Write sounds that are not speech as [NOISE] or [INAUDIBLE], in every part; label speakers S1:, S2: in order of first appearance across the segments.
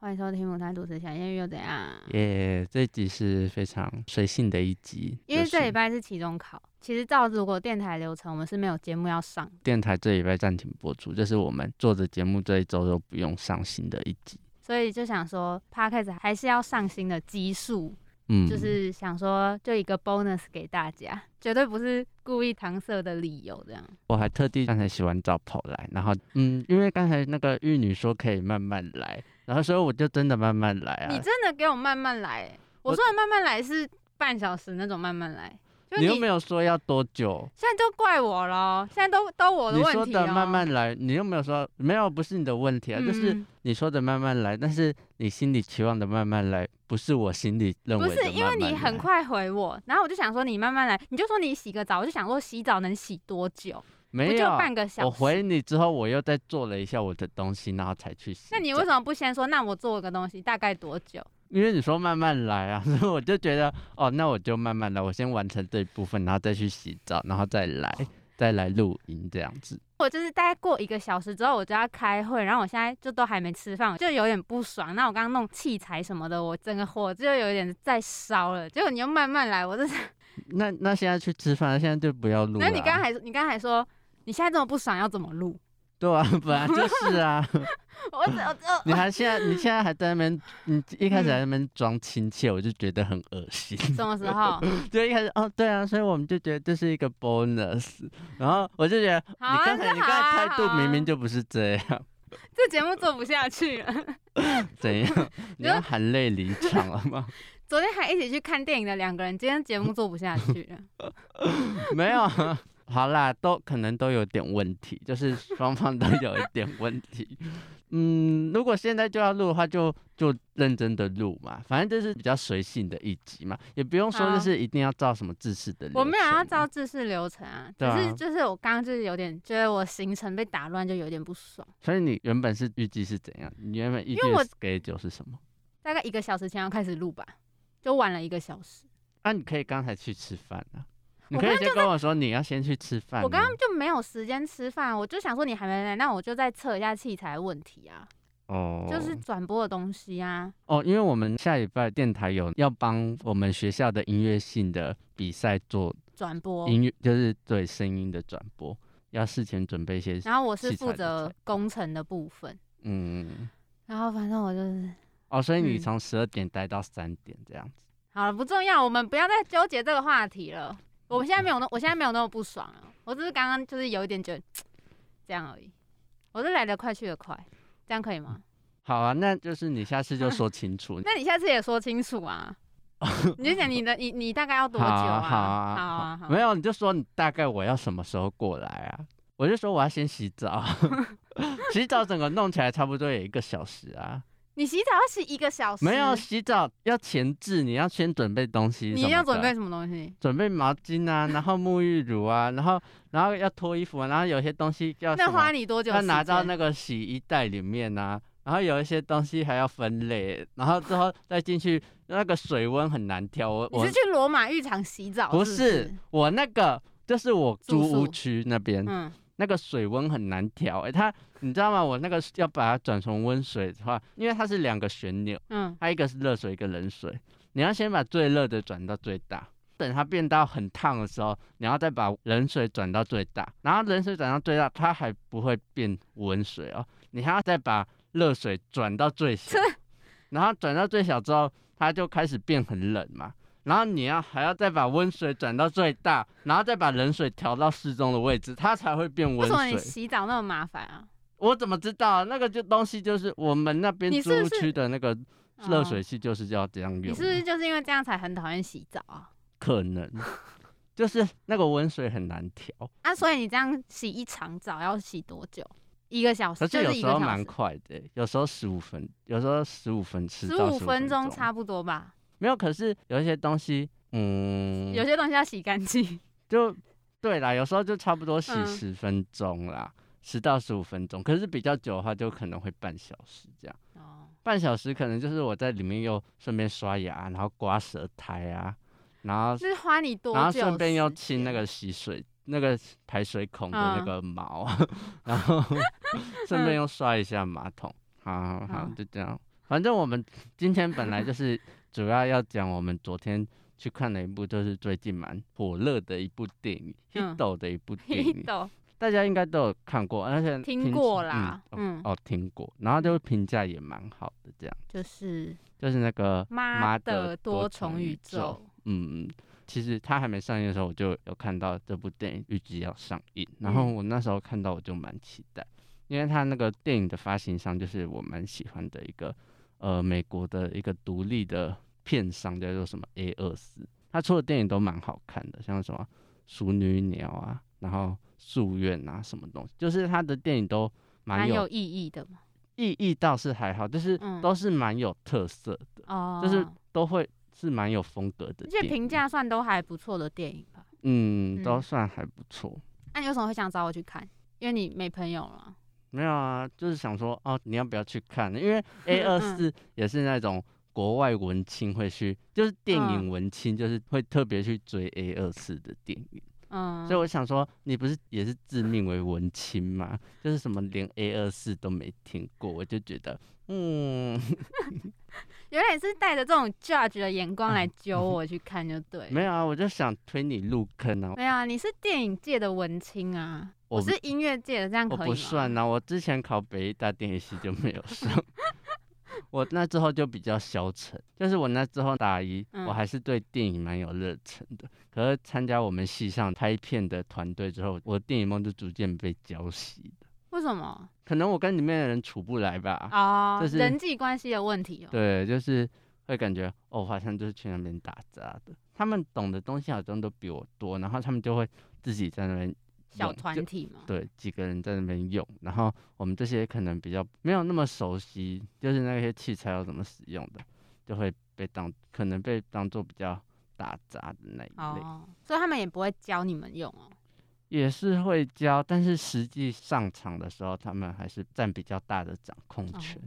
S1: 欢迎收听《母胎主持小艳遇又怎样》。
S2: 耶、这一集是非常随性的一集，
S1: 因为
S2: 就
S1: 这
S2: 是
S1: 礼拜是期中考，其实照如果电台流程，我们是没有节目要上的，
S2: 电台这礼拜暂停播出，就是我们做的节目这一周都不用上新的一集。
S1: 所以就想说 p a d k a s 还是要上新的基数，
S2: 嗯，
S1: 就是想说就一个 bonus 给大家，绝对不是故意搪塞的理由这样。
S2: 我还特地刚才洗完澡跑来，然后嗯，因为刚才那个玉女说可以慢慢来，然后所以我就真的慢慢来啊
S1: 你。真的给我慢慢来、我
S2: 我
S1: 说的慢慢来是半小时那种慢慢来，就
S2: 你又没有说要多久，
S1: 现在都怪我咯，现在都都我的
S2: 你
S1: 问
S2: 说
S1: 题哦
S2: 的
S1: 咯
S2: 慢慢来，你又没有说没有，不是你的问题啊，就是
S1: 嗯
S2: 你说的慢慢来，但是你心里期望的慢慢来，不是我心里认
S1: 不
S2: 为的
S1: 是因为
S2: 慢慢
S1: 你很
S2: 来
S1: 快回我，然后我就想说你慢慢来，你就说你洗个澡，我就想说洗澡能洗多久？不
S2: 没
S1: 就
S2: 有
S1: 半个小时？
S2: 我回你之后，我又再做了一下我的东西，然后才去洗澡。
S1: 那你为什么不先说？那我做个东西大概多久？
S2: 因为你说慢慢来啊， [LAUGHS] 所以我就觉得哦，那我就慢慢来，我先完成这一部分，然后再去洗澡，然后再来再来录音这样子。
S1: 我就是大概过一个小时之后我就要开会，然后我现在就都还没吃饭，我就有点不爽。那我刚刚弄器材什么的，我整个火就有点在烧了。结果你又慢慢来，我这是。
S2: 那那现在去吃饭，现在就不要录了
S1: 那
S2: 啊、
S1: 你刚才你刚才说你现在这么不爽要怎么录？ [LAUGHS]
S2: 对啊， [LAUGHS] 本来就是啊，
S1: 我只我只
S2: 你还现在你现在还在那边，你一开始还在那边装亲切，我就觉得很恶心。 [LAUGHS]
S1: 什么时候？ [LAUGHS]
S2: 就一开始哦，对啊，所以我们就觉得这是一个 bonus，然后我就觉得你
S1: 好啊
S2: 刚才、
S1: 那
S2: 你
S1: 好
S2: 刚
S1: 啊
S2: 才态度
S1: 好啊
S2: 明明就不是这样。
S1: 这节目做不下去了。[LAUGHS]
S2: 怎样？你
S1: 就
S2: 要含泪离场了
S1: [LAUGHS]
S2: 吗？
S1: 昨天还一起去看电影的两个人，今天节目做不下去
S2: [LAUGHS]
S1: 了。
S2: 没有啊，好啦，都可能都有点问题，就是双方都有一点问题。嗯，如果现在就要录的话就，就认真的录嘛，反正就是比较随性的一集嘛，也不用说
S1: 好
S2: 就是一定要照什么制式的流程啊。
S1: 我没有要照制式流程啊，只
S2: 对啊
S1: 是就是我刚刚就是有点觉得我行程被打乱，就有点不爽。
S2: 所以你原本是预计是怎样？你原本预计
S1: 因为我
S2: 的 schedule 是什么？
S1: 大概一个小时前要开始录吧，就晚了一个小时。
S2: 啊，你可以刚才去吃饭啊，你
S1: 我
S2: 可
S1: 刚
S2: 以先跟我说你要先去吃饭啊。
S1: 我刚刚就没有时间吃饭，我就想说你还没来，那我就再测一下器材问题啊，
S2: 哦，
S1: 就是转播的东西啊。
S2: 哦，因为我们下礼拜电台有要帮我们学校的音乐性的比赛做
S1: 转播，
S2: 音乐，就是对声音的转播，要事前准备一些。
S1: 然后我是
S2: 器材
S1: 负
S2: 的
S1: 责
S2: 采访
S1: 工程的部分，
S2: 嗯，
S1: 然后反正我就是
S2: 哦，所以你
S1: 嗯
S2: 从十二点待到三点这样子。
S1: 好了，不重要，我们不要再纠结这个话题
S2: 嗯
S1: 了。我们现在没有那，我现在没有那么不爽了。我只是刚刚就是有一点觉得这样而已。我是来得快去得快，这样可以吗？
S2: 好啊，那就是你下次就说清
S1: [LAUGHS]
S2: 楚。
S1: 那你下次也说清楚啊。你就讲你
S2: [LAUGHS]
S1: 的，你你大概要多久
S2: 好
S1: 啊？
S2: 好啊，
S1: 好啊，好
S2: 没有，你就说你大概我要什么时候过来啊？我就说我要先洗
S1: [LAUGHS]
S2: 澡，洗澡整个弄起来差不多也一个小时啊。
S1: 你洗澡要洗一个小时，
S2: 没有啊洗澡要前置，你要先准备东西什么的。
S1: 你要准备什么东西？
S2: 准备毛巾啊，然后沐浴乳啊，然后然后要脱衣服、啊，然后有些东西要什
S1: 那
S2: 么
S1: 花你多久时
S2: 要
S1: 间？
S2: 拿到那个洗衣袋里面啊，然后有一些东西还要分类，然后之后再进去，那个水温很难
S1: [LAUGHS]
S2: 调。我
S1: 你
S2: 我
S1: 是去罗马浴场洗澡？
S2: 不
S1: 是
S2: 是我那个，就是我
S1: 住
S2: 租
S1: 宿
S2: 屋区那边
S1: 不是嗯，
S2: 那个水温很难调，诶、它你知道吗？我那个要把它转成温水的话，因为它是两个旋钮。
S1: 嗯，
S2: 它一个是热水，一个冷水。你要先把最热的转到最大，等它变到很烫的时候，你要再把冷水转到最大，然后冷水转到最大，它还不会变温水哦，你还要再把热水转到最小，然后转到最小之后，它就开始变很冷嘛。然后你要还要再把温水转到最大，然后再把冷水调到适中的位置，它才会变
S1: 为
S2: 温
S1: 什么你
S2: 水。
S1: 洗澡那么麻烦啊？
S2: 我怎么知道啊？那个就东西就是我们那边
S1: 你
S2: 租
S1: 是不
S2: 屋
S1: 是
S2: 区的那个热
S1: 哦
S2: 水器就是要这样用。
S1: 你是不是就是因为这样才很讨厌洗澡啊？
S2: 可
S1: [LAUGHS]
S2: 能就是那个温水很难调，
S1: 啊，所以你这样洗一场澡要洗多久？一个小时，
S2: 可
S1: 就是
S2: 有
S1: 一
S2: 时
S1: 个
S2: 候
S1: 小
S2: 蛮
S1: 时，
S2: 快的欸，有时候十五分，有时候十五分十
S1: 十
S2: 到
S1: 五
S2: 15
S1: 分
S2: 分
S1: 钟差不多吧。
S2: 没有。可是有一些东西，嗯，
S1: 有些东西要洗干
S2: [LAUGHS]
S1: 净，
S2: 就对啦，有时候就差不多洗
S1: 嗯
S2: 十分钟啦，十、到十五分钟。可是比较久的话，就可能会半小时这样。
S1: 哦，
S2: 半小时可能就是我在里面又顺便刷牙，然后刮舌苔啊，然后
S1: 就是花你多久？
S2: 然后顺便又清那，个洗水那个排水孔的那
S1: 嗯 [LAUGHS]
S2: 个 [LAUGHS] 毛，然后顺便又刷一下马桶。好好好
S1: 嗯，
S2: 就这样。反正我们今天本来就是
S1: [LAUGHS]
S2: 主要要讲我们昨天去看了一部，就是最近蛮火热的一部电影，
S1: 嗯
S2: 一抖的一部电
S1: 一
S2: 影，
S1: 抖
S2: 大家应该都有看过，而且
S1: 听
S2: 评
S1: 过
S2: 嗯
S1: 啦
S2: 哦
S1: 嗯
S2: 哦听过，然后就评价也蛮好的，这样
S1: 就是
S2: 就是那个
S1: 妈
S2: 的
S1: 的多
S2: 重
S1: 重宇
S2: 宙
S1: 宙，，
S2: 嗯，其实它还没上映的时候，我就有看到这部电影预计要上映，然后
S1: 嗯
S2: 我那时候看到我就蛮期待，因为它那个电影的发行商就是我蛮喜欢的一个呃美国的一个独立的片商，叫做什么 A 二四，他出的电影都蛮好看的，像什么《熟女鸟》啊，然后《夙愿》啊，什么东西，就是他的电影都蛮
S1: 蛮
S2: 有
S1: 有意义的嘛。
S2: 意义，倒是还好，就是
S1: 嗯
S2: 都是蛮有特色的，
S1: 哦，
S2: 就是都会是蛮有风格的
S1: 而
S2: 电
S1: 且
S2: 影，
S1: 评价算都还不错的电影吧。
S2: 嗯，都
S1: 嗯
S2: 算还不错。
S1: 那你为什么会想找我去看？因为你没朋友了。
S2: 没有啊，就是想说哦，你要不要去看？
S1: [LAUGHS]
S2: 因为 A 二
S1: 嗯
S2: 四也是那种国外文青会去，就是电影
S1: 嗯
S2: 文青，就是会特别去追 A 二四的电影。
S1: 嗯，
S2: 所以我想说，你不是也是自命为文青吗？就是什么连 A 二四都没听过，我就觉得，嗯， [LAUGHS]
S1: 原来是带着这种 judge 的眼光
S2: [LAUGHS]
S1: 来揪我去看，就对。
S2: 没有啊，我就想推你入坑啊。
S1: 没有啊，你是电影界的文青啊，
S2: 我
S1: 我
S2: 不
S1: 是音乐界的，这 [LAUGHS] 样可
S2: 我
S1: 以吗？
S2: 不算啊，我之前考北艺大电影系就没
S1: [LAUGHS]
S2: 有上，我那之后就比较消沉，就是我那之后大一，
S1: 嗯
S2: 我还是对电影蛮有热忱的，可是参加我们系上拍片的团队之后，我的电影梦就逐渐被浇熄了，
S1: 为什么
S2: 可能我跟里面的人处不来吧，
S1: 啊？
S2: 这是
S1: 人际关系的问题哦。
S2: 对，就是会感觉哦，我好像就是去那边打杂的，他们懂的东西好像都比我多，然后他们就会自己在那边
S1: 小
S2: 用就
S1: 团体嘛。
S2: 对，几个人在那边用，然后我们这些可能比较没有那么熟悉，就是那些器材要怎么使用的，就会被当可能被当做比较打杂的那一类，
S1: 哦，所以他们也不会教你们用哦。
S2: 也是会教，但是实际上场的时候，他们还是占比较大的掌控
S1: 哦
S2: 权。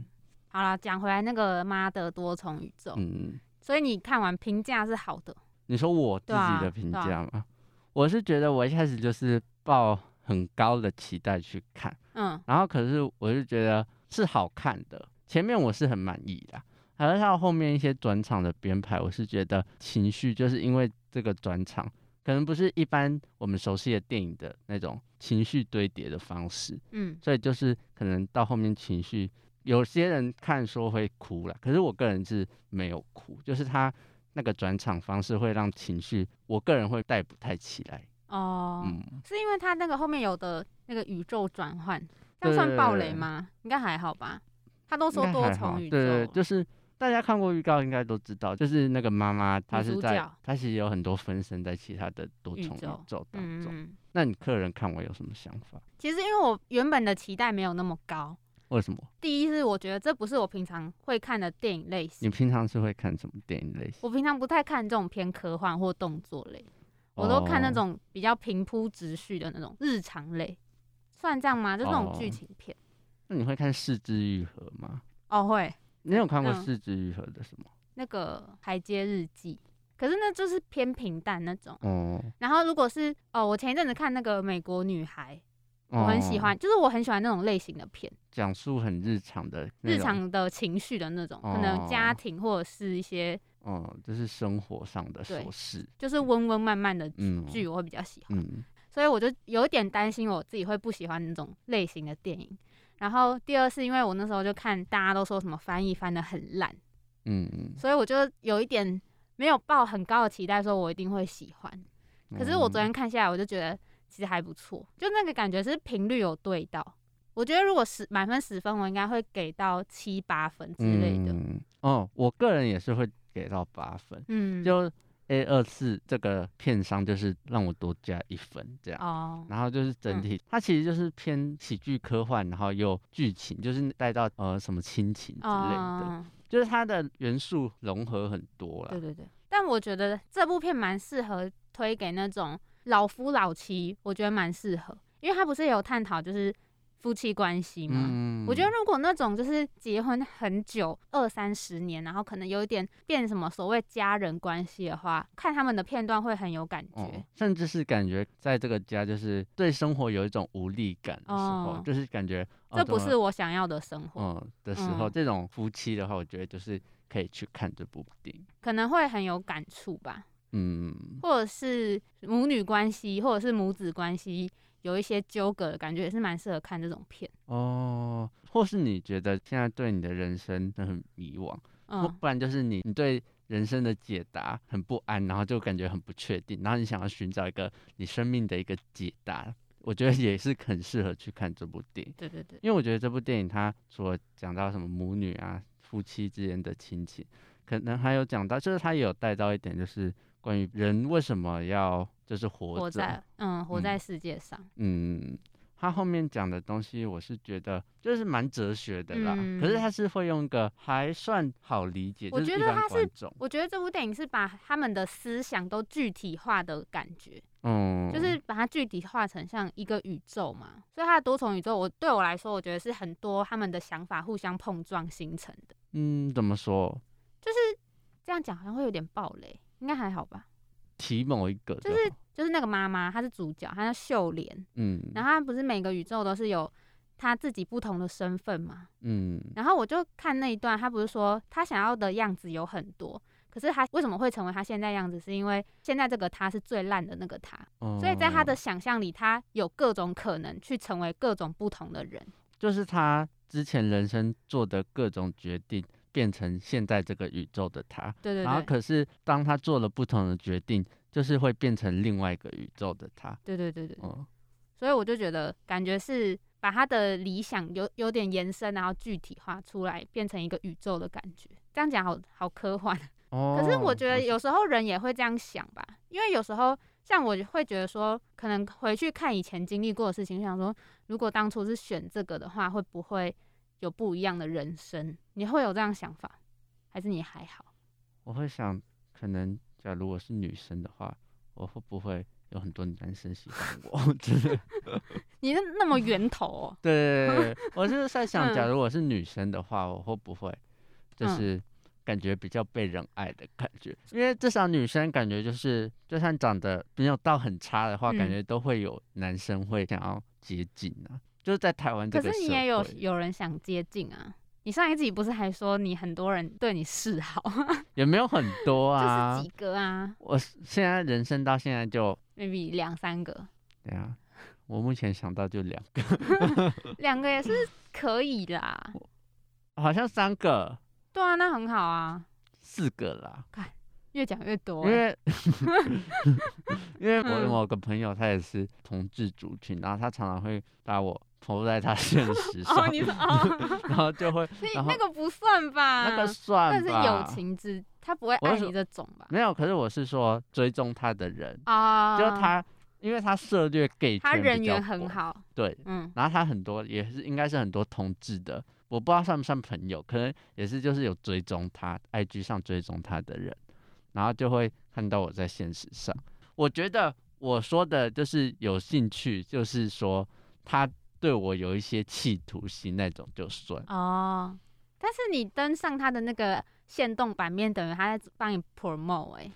S1: 好啦，讲回来那个妈的多重宇宙，
S2: 嗯，
S1: 所以你看完评价是好的，
S2: 你说我自
S1: 对啊
S2: 己的评
S1: 对啊
S2: 价吗？我是觉得我一开始就是抱很高的期待去看。
S1: 嗯
S2: 然后可是我就觉得是好看的，前面我是很满意的，还是到后面一些转场的编排，我是觉得情绪就是因为这个转场，可能不是一般我们熟悉的电影的那种情绪堆叠的方式，
S1: 嗯
S2: 所以就是可能到后面情绪，有些人看说会哭了，可是我个人是没有哭，就是他那个转场方式会让情绪，我个人会带不太起来，
S1: 哦，
S2: 嗯。
S1: 是因为它那个后面有的那个宇宙转换，这
S2: 对
S1: 样算暴
S2: 对
S1: 雷
S2: 对
S1: 吗？应该还好吧。他都
S2: 应
S1: 说
S2: 该
S1: 多
S2: 还好
S1: 重宇宙
S2: 对
S1: 了，
S2: 对，就是大家看过预告应该都知道，就是那个妈妈她是
S1: 主
S2: 在
S1: 角
S2: 她其实有很多分身在其他的多
S1: 宇
S2: 重宇
S1: 宙
S2: 宙当中。
S1: 嗯，
S2: 那你客人看我有什么想法？
S1: 其实因为我原本的期待没有那么高，
S2: 为什么？
S1: 第一是我觉得这不是我平常会看的电影类
S2: 你
S1: 型，
S2: 平常是会看什么电影类型？
S1: 我平常不太看这种偏科幻或动作类，我都看那
S2: 哦
S1: 种比较平铺直叙的那种日常类，算这样吗？就是那种剧
S2: 哦
S1: 情片。
S2: 那你会看《四肢愈合》吗？
S1: 哦，会
S2: 你有看过《
S1: 嗯
S2: 四肢愈合》的什么？
S1: 那个《台阶日记》，可是那就是偏平淡那种。
S2: 哦，
S1: 然后如果是哦，我前一阵子看那个《美国女孩》，我很喜
S2: 哦，
S1: 欢，就是我很喜欢那种类型的片，
S2: 讲述很日常的那
S1: 日
S2: 种，
S1: 常的情绪的那种，可能家
S2: 哦
S1: 庭或者是一些
S2: 哦，就是生活上的
S1: 对
S2: 琐事。
S1: 就是温温慢慢的
S2: 嗯
S1: 剧，我会比较喜欢。
S2: 嗯，
S1: 所以我就有一点担心我自己会不喜欢那种类型的电影。然后第二是因为我那时候就看大家都说什么翻译翻的很烂，
S2: 嗯嗯。
S1: 所以我就有一点没有抱很高的期待，说我一定会喜欢。可是
S2: 嗯
S1: 我昨天看下来，我就觉得其实还不错，就那个感觉是频率有对到。我觉得如果十满分十分，我应该会给到七八分之类的。
S2: 嗯、哦，我个人也是会给到八分，
S1: 嗯，
S2: 就 A 二四这个片商就是让我多加一分这样。
S1: 哦，
S2: 然后就是整
S1: 嗯
S2: 体，它其实就是偏喜剧科幻，然后又剧情，就是带到呃什么亲情之类的，
S1: 哦，
S2: 就是它的元素融合很多
S1: 对
S2: 了。
S1: 对对。但我觉得这部片蛮适合推给那种老夫老妻，我觉得蛮适合，因为它不是有探讨就是。夫妻关系嘛。
S2: 嗯
S1: 我觉得如果那种就是结婚很久二三十年，然后可能有一点变什么所谓家人关系的话，看他们的片段会很有感觉。
S2: 哦，甚至是感觉在这个家，就是对生活有一种无力感的时候，
S1: 哦
S2: 就是感觉、
S1: 这
S2: 哦、怎
S1: 不
S2: 么
S1: 是我想要的生活，
S2: 嗯的时候，
S1: 嗯
S2: 这种夫妻的话，我觉得就是可以去看这部电影。
S1: 可能会很有感触吧，
S2: 嗯，
S1: 或者是母女关系，或者是母子关系有一些纠葛的感觉，也是蛮适合看这种片。
S2: 哦，或是你觉得现在对你的人生很迷惘，或
S1: 嗯，
S2: 不然就是你你对人生的解答很不安，然后就感觉很不确定，然后你想要寻找一个你生命的一个解答，我觉得也是很适合去看这部电影。
S1: 对对对，
S2: 因为我觉得这部电影它除了讲到什么母女啊、夫妻之间的亲情，可能还有讲到，就是它也有带到一点，就是关于人为什么要就是活着，
S1: 活在嗯活
S2: 嗯
S1: 在世界上。
S2: 嗯，他后面讲的东西，我是觉得就是蛮哲学的啦。可
S1: 嗯
S2: 是他是会用一个还算好理解，
S1: 我
S2: 就是
S1: 觉
S2: 一
S1: 得
S2: 般
S1: 它是
S2: 观众，
S1: 我觉得这部电影是把他们的思想都具体化的感觉，
S2: 嗯，
S1: 就是把它具体化成像一个宇宙嘛。所以它的多重宇宙，我对我来说，我觉得是很多他们的想法互相碰撞形成的。
S2: 嗯，怎么说？
S1: 这样讲好像会有点暴雷，应该还好吧？
S2: 提某一个的，
S1: 就是就是那个妈妈，她是主角，她叫秀莲，
S2: 嗯
S1: 然后她不是每个宇宙都是有她自己不同的身份嘛？
S2: 嗯
S1: 然后我就看那一段，她不是说她想要的样子有很多。可是她为什么会成为她现在样子？是因为现在这个她是最烂的那个她，所以在他的
S2: 哦
S1: 想象里，他有各种可能去成为各种不同的人。
S2: 就是他之前人生做的各种决定，变成现在这个宇宙的他。
S1: 对对
S2: 然后
S1: 对，
S2: 啊可是当他做了不同的决定，就是会变成另外一个宇宙的他。
S1: 对对对对。
S2: 嗯，
S1: 所以我就觉得，感觉是把他的理想有有点延伸，然后具体化出来，变成一个宇宙的感觉。这样讲好好科幻，
S2: 哦
S1: 可是我觉得
S2: 是
S1: 有时候人也会这样想吧，因为有时候像我会觉得说，可能回去看以前经历过的事情，想说如果当初是选这个的话，会不会有不一样的人生？你会有这样想法，还是你还好？
S2: 我会想，可能假如我是女生的话，我会不会有很多男生喜欢我？ [LAUGHS] 就是
S1: 你那那么
S2: [LAUGHS]
S1: 源头哦，
S2: 对对对对，我就是在想，假
S1: 嗯
S2: 如我是女生的话，我会不会就
S1: 嗯
S2: 是感觉比较被人爱的感觉？因为至少女生感觉就是，就算长得没有到很差的话，感
S1: 嗯
S2: 觉都会有男生会想要接近啊。就是在台湾这
S1: 可
S2: 个
S1: 是
S2: 社
S1: 你也有
S2: 会
S1: 有人想接近啊。你上一集不是还说你很多人对你示好， [LAUGHS]
S2: 也没有很多
S1: 就
S2: 啊
S1: 是几。个啊
S2: 我现在人生到现在就
S1: ，maybe 两三
S2: [LAUGHS]
S1: 个，
S2: 对啊，我目前想到就两个，
S1: 两个也是可以啦。
S2: 好像三个、
S1: 对啊，那很好啊，
S2: 四个啦。
S1: 越讲越多
S2: 因
S1: 欸、 [LAUGHS]
S2: 为因为我的
S1: 嗯
S2: 某个朋友他也是同志族群，然后他常常会把我投在他现实
S1: 哦，
S2: 上，
S1: 你说哦，
S2: 然
S1: [LAUGHS]
S2: 后就会
S1: 那
S2: 然后
S1: 那个不算吧？
S2: 那个算
S1: 啊那是友
S2: 吧，
S1: 情之，他不会
S2: 我是
S1: 爱
S2: 说
S1: 你这种吧？
S2: 没有。可是我是说追踪他的人，
S1: 啊，
S2: 就他因为他涉猎 gay
S1: 他
S2: 圈
S1: 人
S2: 比较
S1: 缘很
S2: 广，
S1: 好，
S2: 对，
S1: 嗯，
S2: 然后他很多也是应该是很多同志的。我不知道算不算朋友，可能也是就是有追踪他，IG 上追踪他的人，然后就会看到我在现实上。我觉得我说的就是有兴趣，就是说他对我有一些企图心那种就算。
S1: 哦，但是你登上他的那个限动版面，等于他在帮你 promote
S2: [LAUGHS]
S1: 哎、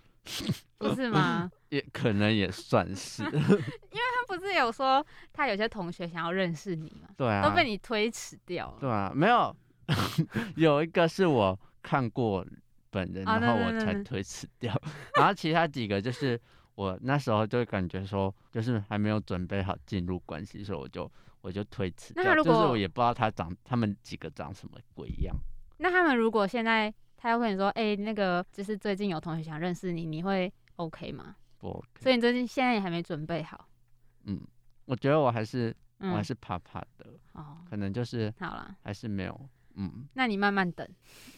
S1: 不是吗？
S2: 也可能也算
S1: [LAUGHS]
S2: 是，
S1: 他不是有说他有些同学想要认识你吗？
S2: 对啊，
S1: 都被你推迟掉了。
S2: 对啊，没有， [LAUGHS] 有一个是我看过本人，
S1: 啊
S2: 然后
S1: 那
S2: 我
S1: 那那
S2: 才
S1: 那
S2: 推迟掉，然后其他几个就是我那时候就感觉说，就是还没有准备好进入关系，所以我就我就推迟
S1: 那
S2: 掉，
S1: 如
S2: 就是我
S1: 果
S2: 也不知道他长他们几个长什么鬼样，
S1: 那他们如果现在他要跟你说，哎、那个就是最近有同学想认识你，你会 OK 吗？
S2: 不 OK，嗯
S1: 所以你最近现在也还没准备好。
S2: 我觉得我还是我还
S1: 嗯，
S2: 是怕怕的，
S1: 哦，
S2: 可能就是
S1: 好啦，
S2: 还是没有，嗯
S1: 那你慢慢等。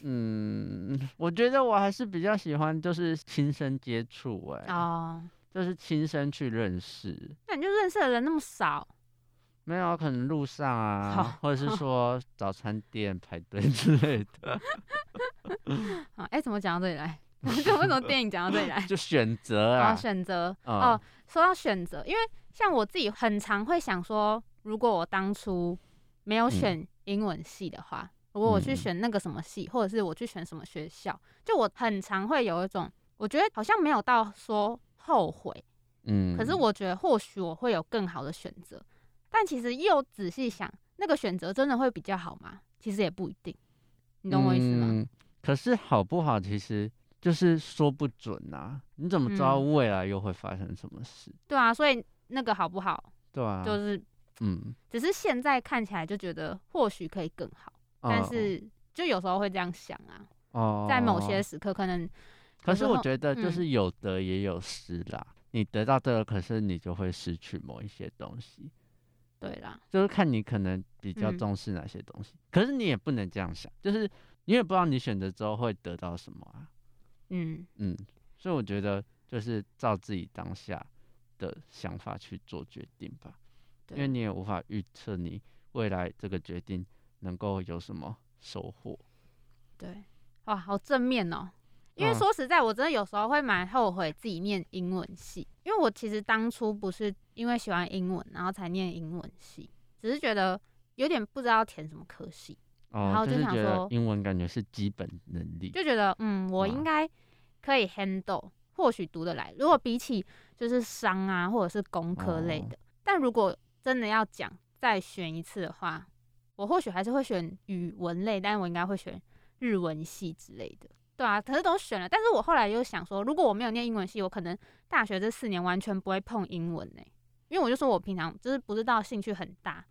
S2: 嗯，我觉得我还是比较喜欢就是亲身接触、欸，哎、
S1: 哦，
S2: 就是亲身去认识，
S1: 那你就认识的人那么少，
S2: 没有，啊可能路上
S1: 好
S2: 啊，或者是说早餐店排队之类的，
S1: 啊，哎、怎么讲到这里来？ [LAUGHS] 就为什么电影讲到
S2: [LAUGHS]
S1: 这里来？
S2: 就选择
S1: 然
S2: 啊
S1: 后，选择，
S2: 嗯
S1: 哦，说到选择，因为像我自己很常会想说，如果我当初没
S2: 嗯
S1: 有选英文系的话，如果我去选那个什么系，或者是我去选什么学校，就我很常会有一种，我觉得好像没有到说后悔，
S2: 嗯，
S1: 可是我觉得或许我会有更好的选择，但其实又仔细想，那个选择真的会比较好吗？其实也不一定，你懂我意思吗？
S2: 嗯可是好不好，其实就是说不准啊，你怎么知道
S1: 嗯
S2: 未来又会发生什么事？
S1: 对啊，所以那个好不好，
S2: 对啊，
S1: 就是
S2: 嗯，
S1: 只是现在看起来就觉得或许可以更好，但
S2: 哦
S1: 是就有时候会这样想啊，
S2: 哦，
S1: 在某些，时刻可能
S2: 可
S1: 有
S2: 是
S1: 时
S2: 我
S1: 候
S2: 觉得就
S1: 嗯
S2: 是有得也有失啦。你得到这个，可是你就会失去某一些东西，
S1: 对啦，
S2: 就是看你可能比较
S1: 嗯
S2: 重视哪些东西。可是你也不能这样想，就是你也不知道你选择之后会得到什么啊。
S1: 嗯，
S2: 嗯，所以我觉得就是照自己当下的想法去做决定吧，因为
S1: 对，
S2: 你也无法预测你未来这个决定能够有什么收获。
S1: 对，哇，好正面哦、因为
S2: 嗯
S1: 说实在，我真的有时候会蛮后悔自己念英文系，因为我其实当初不是因为喜欢英文，然后才念英文系，只是觉得有点不知道填什么科系，然
S2: 哦，
S1: 后
S2: 就
S1: 就是想
S2: 觉得
S1: 说
S2: 英文感觉是基本能力。
S1: 就觉得嗯，我应
S2: 嗯
S1: 该可以 handle，或许读得来。如果比起就是商啊或者是工科类
S2: 哦
S1: 的，但如果真的要讲再选一次的话，我或许还是会选语文类，但我应该会选日文系之类的。对啊，可是都选了，但是我后来又想说，如果我没有念英文系，我可能大学这四年完全不会碰英文呢、欸因为我就说我平常就是不知道兴趣很大，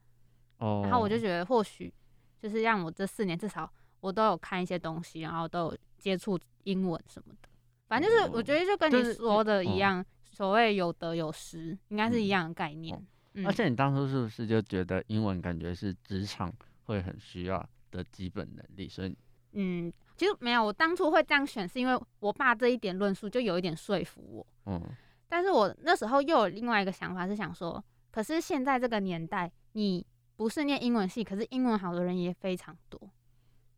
S2: 哦，
S1: 然后我就觉得或许就是让我这四年至少我都有看一些东西，然后都有接触英文什么的。反正就是我觉得就跟
S2: 哦就
S1: 你
S2: 是
S1: 说的一
S2: 嗯
S1: 样，所谓有得有失，应该是一
S2: 嗯
S1: 样的概念。嗯，
S2: 而且你当初是不是就觉得英文感觉是职场会很需要的基本能力？所以
S1: 嗯，其实没有，我当初会这样选是因为我爸这一点论述就有一点说服我，
S2: 嗯，
S1: 但是我那时候又有另外一个想法是想说，可是现在这个年代，你不是念英文系，可是英文好的人也非常多，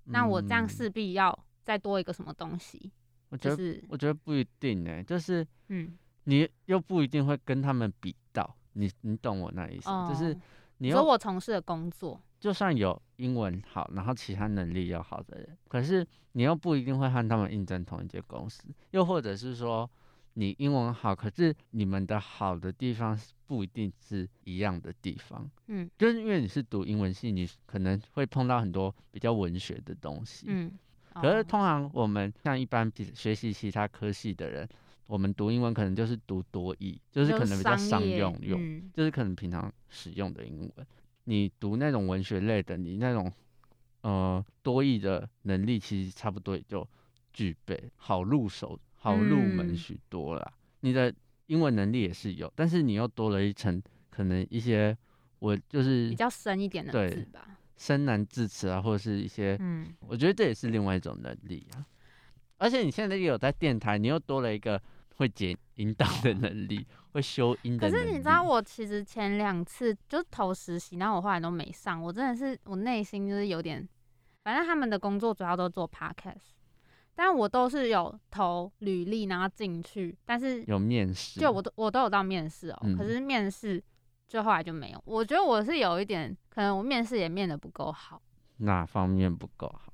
S1: 那我这样
S2: 嗯，
S1: 势必要再多一个什么东西，
S2: 我觉
S1: 就
S2: 得
S1: 是
S2: 我觉得不一定呢、欸就是
S1: 嗯，
S2: 你又不一定会跟他们比到，你你懂我那意思吗？就是
S1: 哦
S2: 你
S1: 说
S2: 又
S1: 我从事的工作，
S2: 就算有英文好，然后其他能力又好的人，可是你又不一定会和他们应征同一间公司，又或者是说你英文好，可是你们的好的地方是不一定是一样的地方。
S1: 嗯
S2: 就是因为你是读英文系，你可能会碰到很多比较文学的东西。
S1: 嗯，
S2: 可是
S1: 哦
S2: 通常我们像一般比学习其他科系的人，我们读英文可能就是读多义，就是可能比较商
S1: 业
S2: 用用。
S1: 嗯
S2: 就是可能平常使用的英文。你读那种文学类的，你那种呃多义的能力，其实差不多也就具备，好入手、好入门
S1: 嗯
S2: 许多啦。你的英文能力也是有，但是你又多了一层可能一些我就
S1: 比
S2: 是
S1: 较深一点的
S2: 对
S1: 字吧，
S2: 深难字词啊，或者是一些，
S1: 嗯，
S2: 我觉得这也是另外一种能力啊。而且你现在也有在电台，你又多了一个会解引导的能力，会修音的
S1: 可
S2: 能力。
S1: 是你知道，我其实前两次就投实习，然后我后来都没上，我真的是我内心就是有点，反正他们的工作主要都做 podcast，但我都是有投履历然后进去，但是
S2: 有面试，
S1: 就我都我都有到面试哦、可
S2: 嗯
S1: 是面试就后来就没有，我觉得我是有一点，可能我面试也面的不够好。
S2: 哪方面不够好？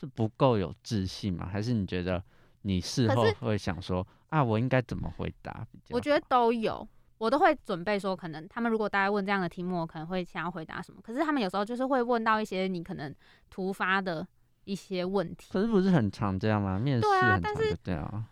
S2: 是不够有自信吗？还是你觉得你事
S1: 可
S2: 后
S1: 是
S2: 会想说啊，我应该怎么回答比较好？
S1: 我觉得都有，我都会准备说，可能他们如果大家问这样的题目，我可能会想要回答什么。可是他们有时候就是会问到一些你可能突发的一些问题，
S2: 可是不是很常这样吗？面试
S1: 对啊
S2: 很
S1: 但
S2: 常
S1: 是
S2: 就这样啊。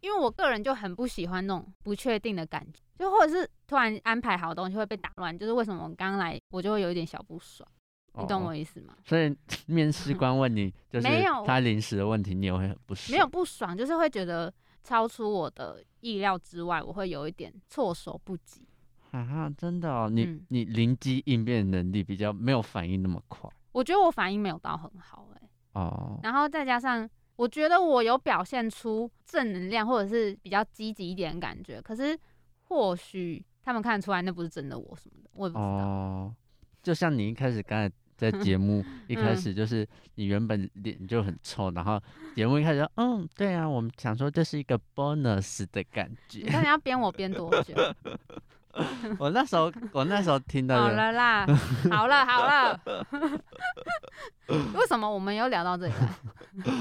S1: 因为我个人就很不喜欢那种不确定的感觉，就或者是突然安排好的东西会被打乱，就是为什么我刚来我就会有一点小不爽，你懂
S2: 哦
S1: 我意思吗？
S2: 所以 [LAUGHS] 面试官问
S1: [LAUGHS]
S2: 你，就是
S1: 没有
S2: 他临时的问题，你也会很不爽。
S1: 没有，不爽，就是会觉得超出我的意料之外，我会有一点措手不及。
S2: 啊，真的哦，你、
S1: 嗯
S2: 你灵机应变能力比较没有反应那么快
S1: 我觉得我反应没有到很好、欸，
S2: 哦。
S1: 然后再加上，我觉得我有表现出正能量或者是比较积极一点的感觉，可是或许他们看得出来那不是真的我什么的，我也不知道。
S2: 哦，就像你一开始刚
S1: [LAUGHS]
S2: 才在节目一开
S1: 嗯
S2: 始，就是你原本脸就很臭，然后节目一开始说，嗯，对啊，我们想说这是一个 bonus 的感
S1: 你
S2: 觉，
S1: 到底要编我编多久？
S2: 我那
S1: [LAUGHS]
S2: 时候我 [LAUGHS] 那时候听到
S1: 嗯好
S2: 的，
S1: 了
S2: [LAUGHS]
S1: 啦，好了好了。 [LAUGHS] 为什么我们又聊到这里来？ [LAUGHS]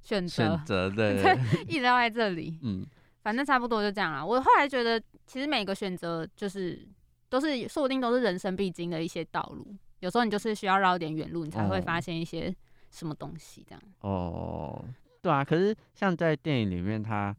S1: 选择
S2: 选择
S1: [LAUGHS]
S2: 的，
S1: 对一直要在这里，
S2: 嗯，
S1: 反正差不多就这样了。我后来觉得，其实每个选择就是都是说不定都是人生必经的一些道路，有时候你就是需要绕一点远路，你才会
S2: 哦
S1: 发现一些什么东西这样。
S2: 哦，对啊，可是像在电影里面他，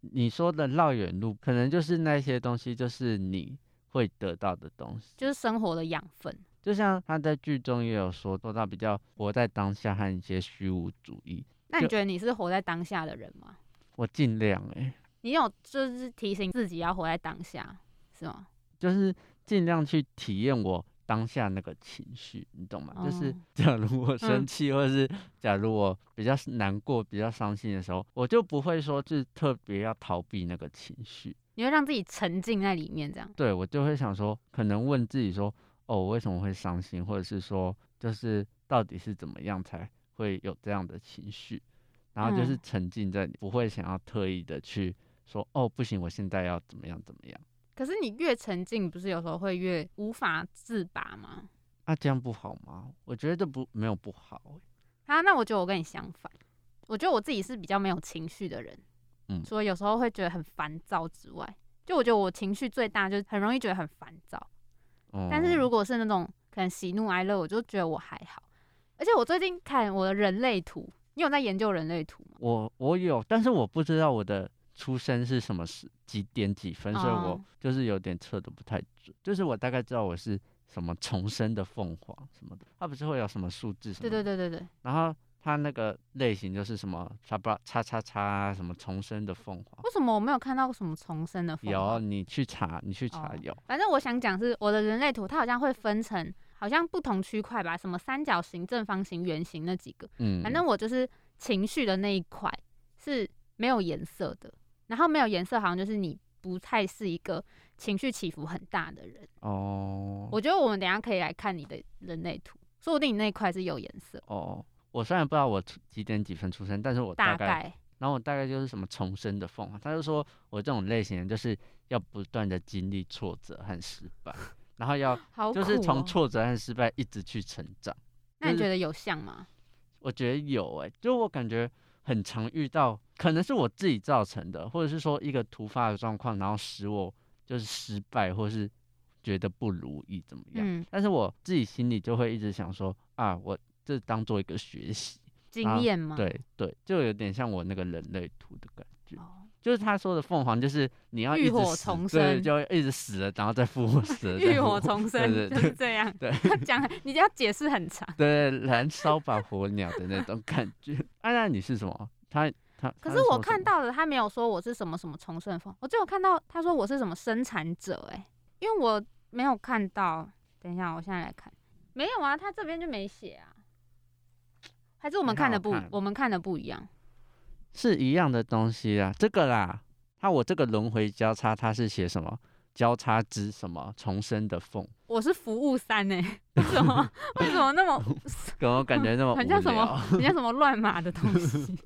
S2: 你说的绕远路，可能就是那些东西，就是你会得到的东西。
S1: 就是生活的养分。
S2: 就像他在剧中也有说，做到比较活在当下和一些虚无主义，
S1: 那你
S2: 就
S1: 觉得你是活在当下的人吗？
S2: 我尽量哎、
S1: 你有就是提醒自己要活在当下，是吗？
S2: 就是尽量去体验我当下那个情绪，你懂吗？就是
S1: 哦
S2: 假如我生
S1: 嗯
S2: 气，或者是假如我比较难过、比较伤心的时候，我就不会说是特别要逃避那个情绪，
S1: 你会让自己沉浸在里面，这样。
S2: 对我就会想说，可能问自己说，哦，我为什么会伤心，或者是说，就是到底是怎么样才会有这样的情绪，然后就是
S1: 嗯
S2: 沉浸在，不会想要特意的去说，哦，不行，我现在要怎么样怎么样，
S1: 可是你越沉浸，不是有时候会越无法自拔吗？
S2: 啊，这样不好吗？我觉得这不没有不好欸、
S1: 啊，那我觉得我跟你相反，我觉得我自己是比较没有情绪的人，
S2: 嗯
S1: 除了有时候会觉得很烦躁之外，就我觉得我情绪最大就是很容易觉得很烦躁。但是
S2: 哦
S1: 如果是那种可能喜怒哀乐，我就觉得我还好。而且我最近看我的人类图，你有在研究人类图吗？
S2: 我我有，但是我不知道我的出生是什么时几点几分，所以我
S1: 哦
S2: 就是有点测的不太准。就是我大概知道我是什么重生的凤凰什么的，它不是会有什么数字什么
S1: 对
S2: 的？
S1: 对对对对，
S2: 然后它那个类型就是什么叉八叉叉叉什么重生的凤凰，
S1: 为什么我没有看到什么重生的凤
S2: 有啊
S1: 凰？
S2: 你去查，你去查
S1: 哦
S2: 有。
S1: 反正我想讲是我的人类图，它好像会分成好像不同区块吧，什么三角形、正方形、圆形那几个。
S2: 嗯，
S1: 反正我就是情绪的那一块是没有颜色的，然后没有颜色好像就是你不太是一个情绪起伏很大的人。
S2: 哦
S1: 我觉得我们等一下可以来看你的人类图，说不定你那一块是有颜色，
S2: 哦，我虽然不知道我出几点几分出生，但是我
S1: 大
S2: 概
S1: 概
S2: 然后我大概就是什么重生的凤凰，他就说我这种类型人就是要不断的经历挫折和失败，然后要
S1: 好苦、
S2: 就
S1: 哦。
S2: 是从挫折和失败一直去成长。
S1: 那你
S2: 就是
S1: 觉得有像吗？
S2: 我觉得有哎、就我感觉很常遇到，可能是我自己造成的，或者是说一个突发的状况，然后使我就是失败，或是觉得不如意怎么样。
S1: 嗯，
S2: 但是我自己心里就会一直想说啊，我这当做一个学习，
S1: 经验吗？
S2: 啊对对，就有点像我那个人类图的感觉。
S1: 哦，
S2: 就是他说的凤凰，就是你要
S1: 浴
S2: 一直
S1: 火
S2: 死
S1: 重
S2: 对，
S1: 生
S2: 就会一直死了，然后再
S1: [LAUGHS]
S2: 复活，死了再
S1: 浴
S2: 复
S1: 火
S2: 活
S1: 重生
S2: 对
S1: 就
S2: 对 [LAUGHS]
S1: 是 [LAUGHS] 这样。
S2: 对
S1: 讲你要解释很长，
S2: 对，燃烧吧火鸟的那种感觉。安、娜，你是什么？他他
S1: 可
S2: 他
S1: 是
S2: 说
S1: 我
S2: 什
S1: 看
S2: 么
S1: 到了，他没有说我是什么什么重生风，我只有看到他说我是什么生产者、欸，因为我没有看到。等一下，我现在来看，没有啊，他这边就没写啊，还是我们
S2: 你看
S1: 看的
S2: 我
S1: 不，
S2: 看
S1: 我们看的不一样。
S2: 是一样的东西啊，这个啦，他我这个轮回交叉，他是写什么？交叉之什么重生的凤，
S1: 我是服务三呢、为什
S2: [LAUGHS]
S1: 么为什么那么
S2: 给我感觉那么
S1: [LAUGHS] 很
S2: 无
S1: 像什么
S2: 聊 [LAUGHS]
S1: 人家什么乱码的东西？ [LAUGHS]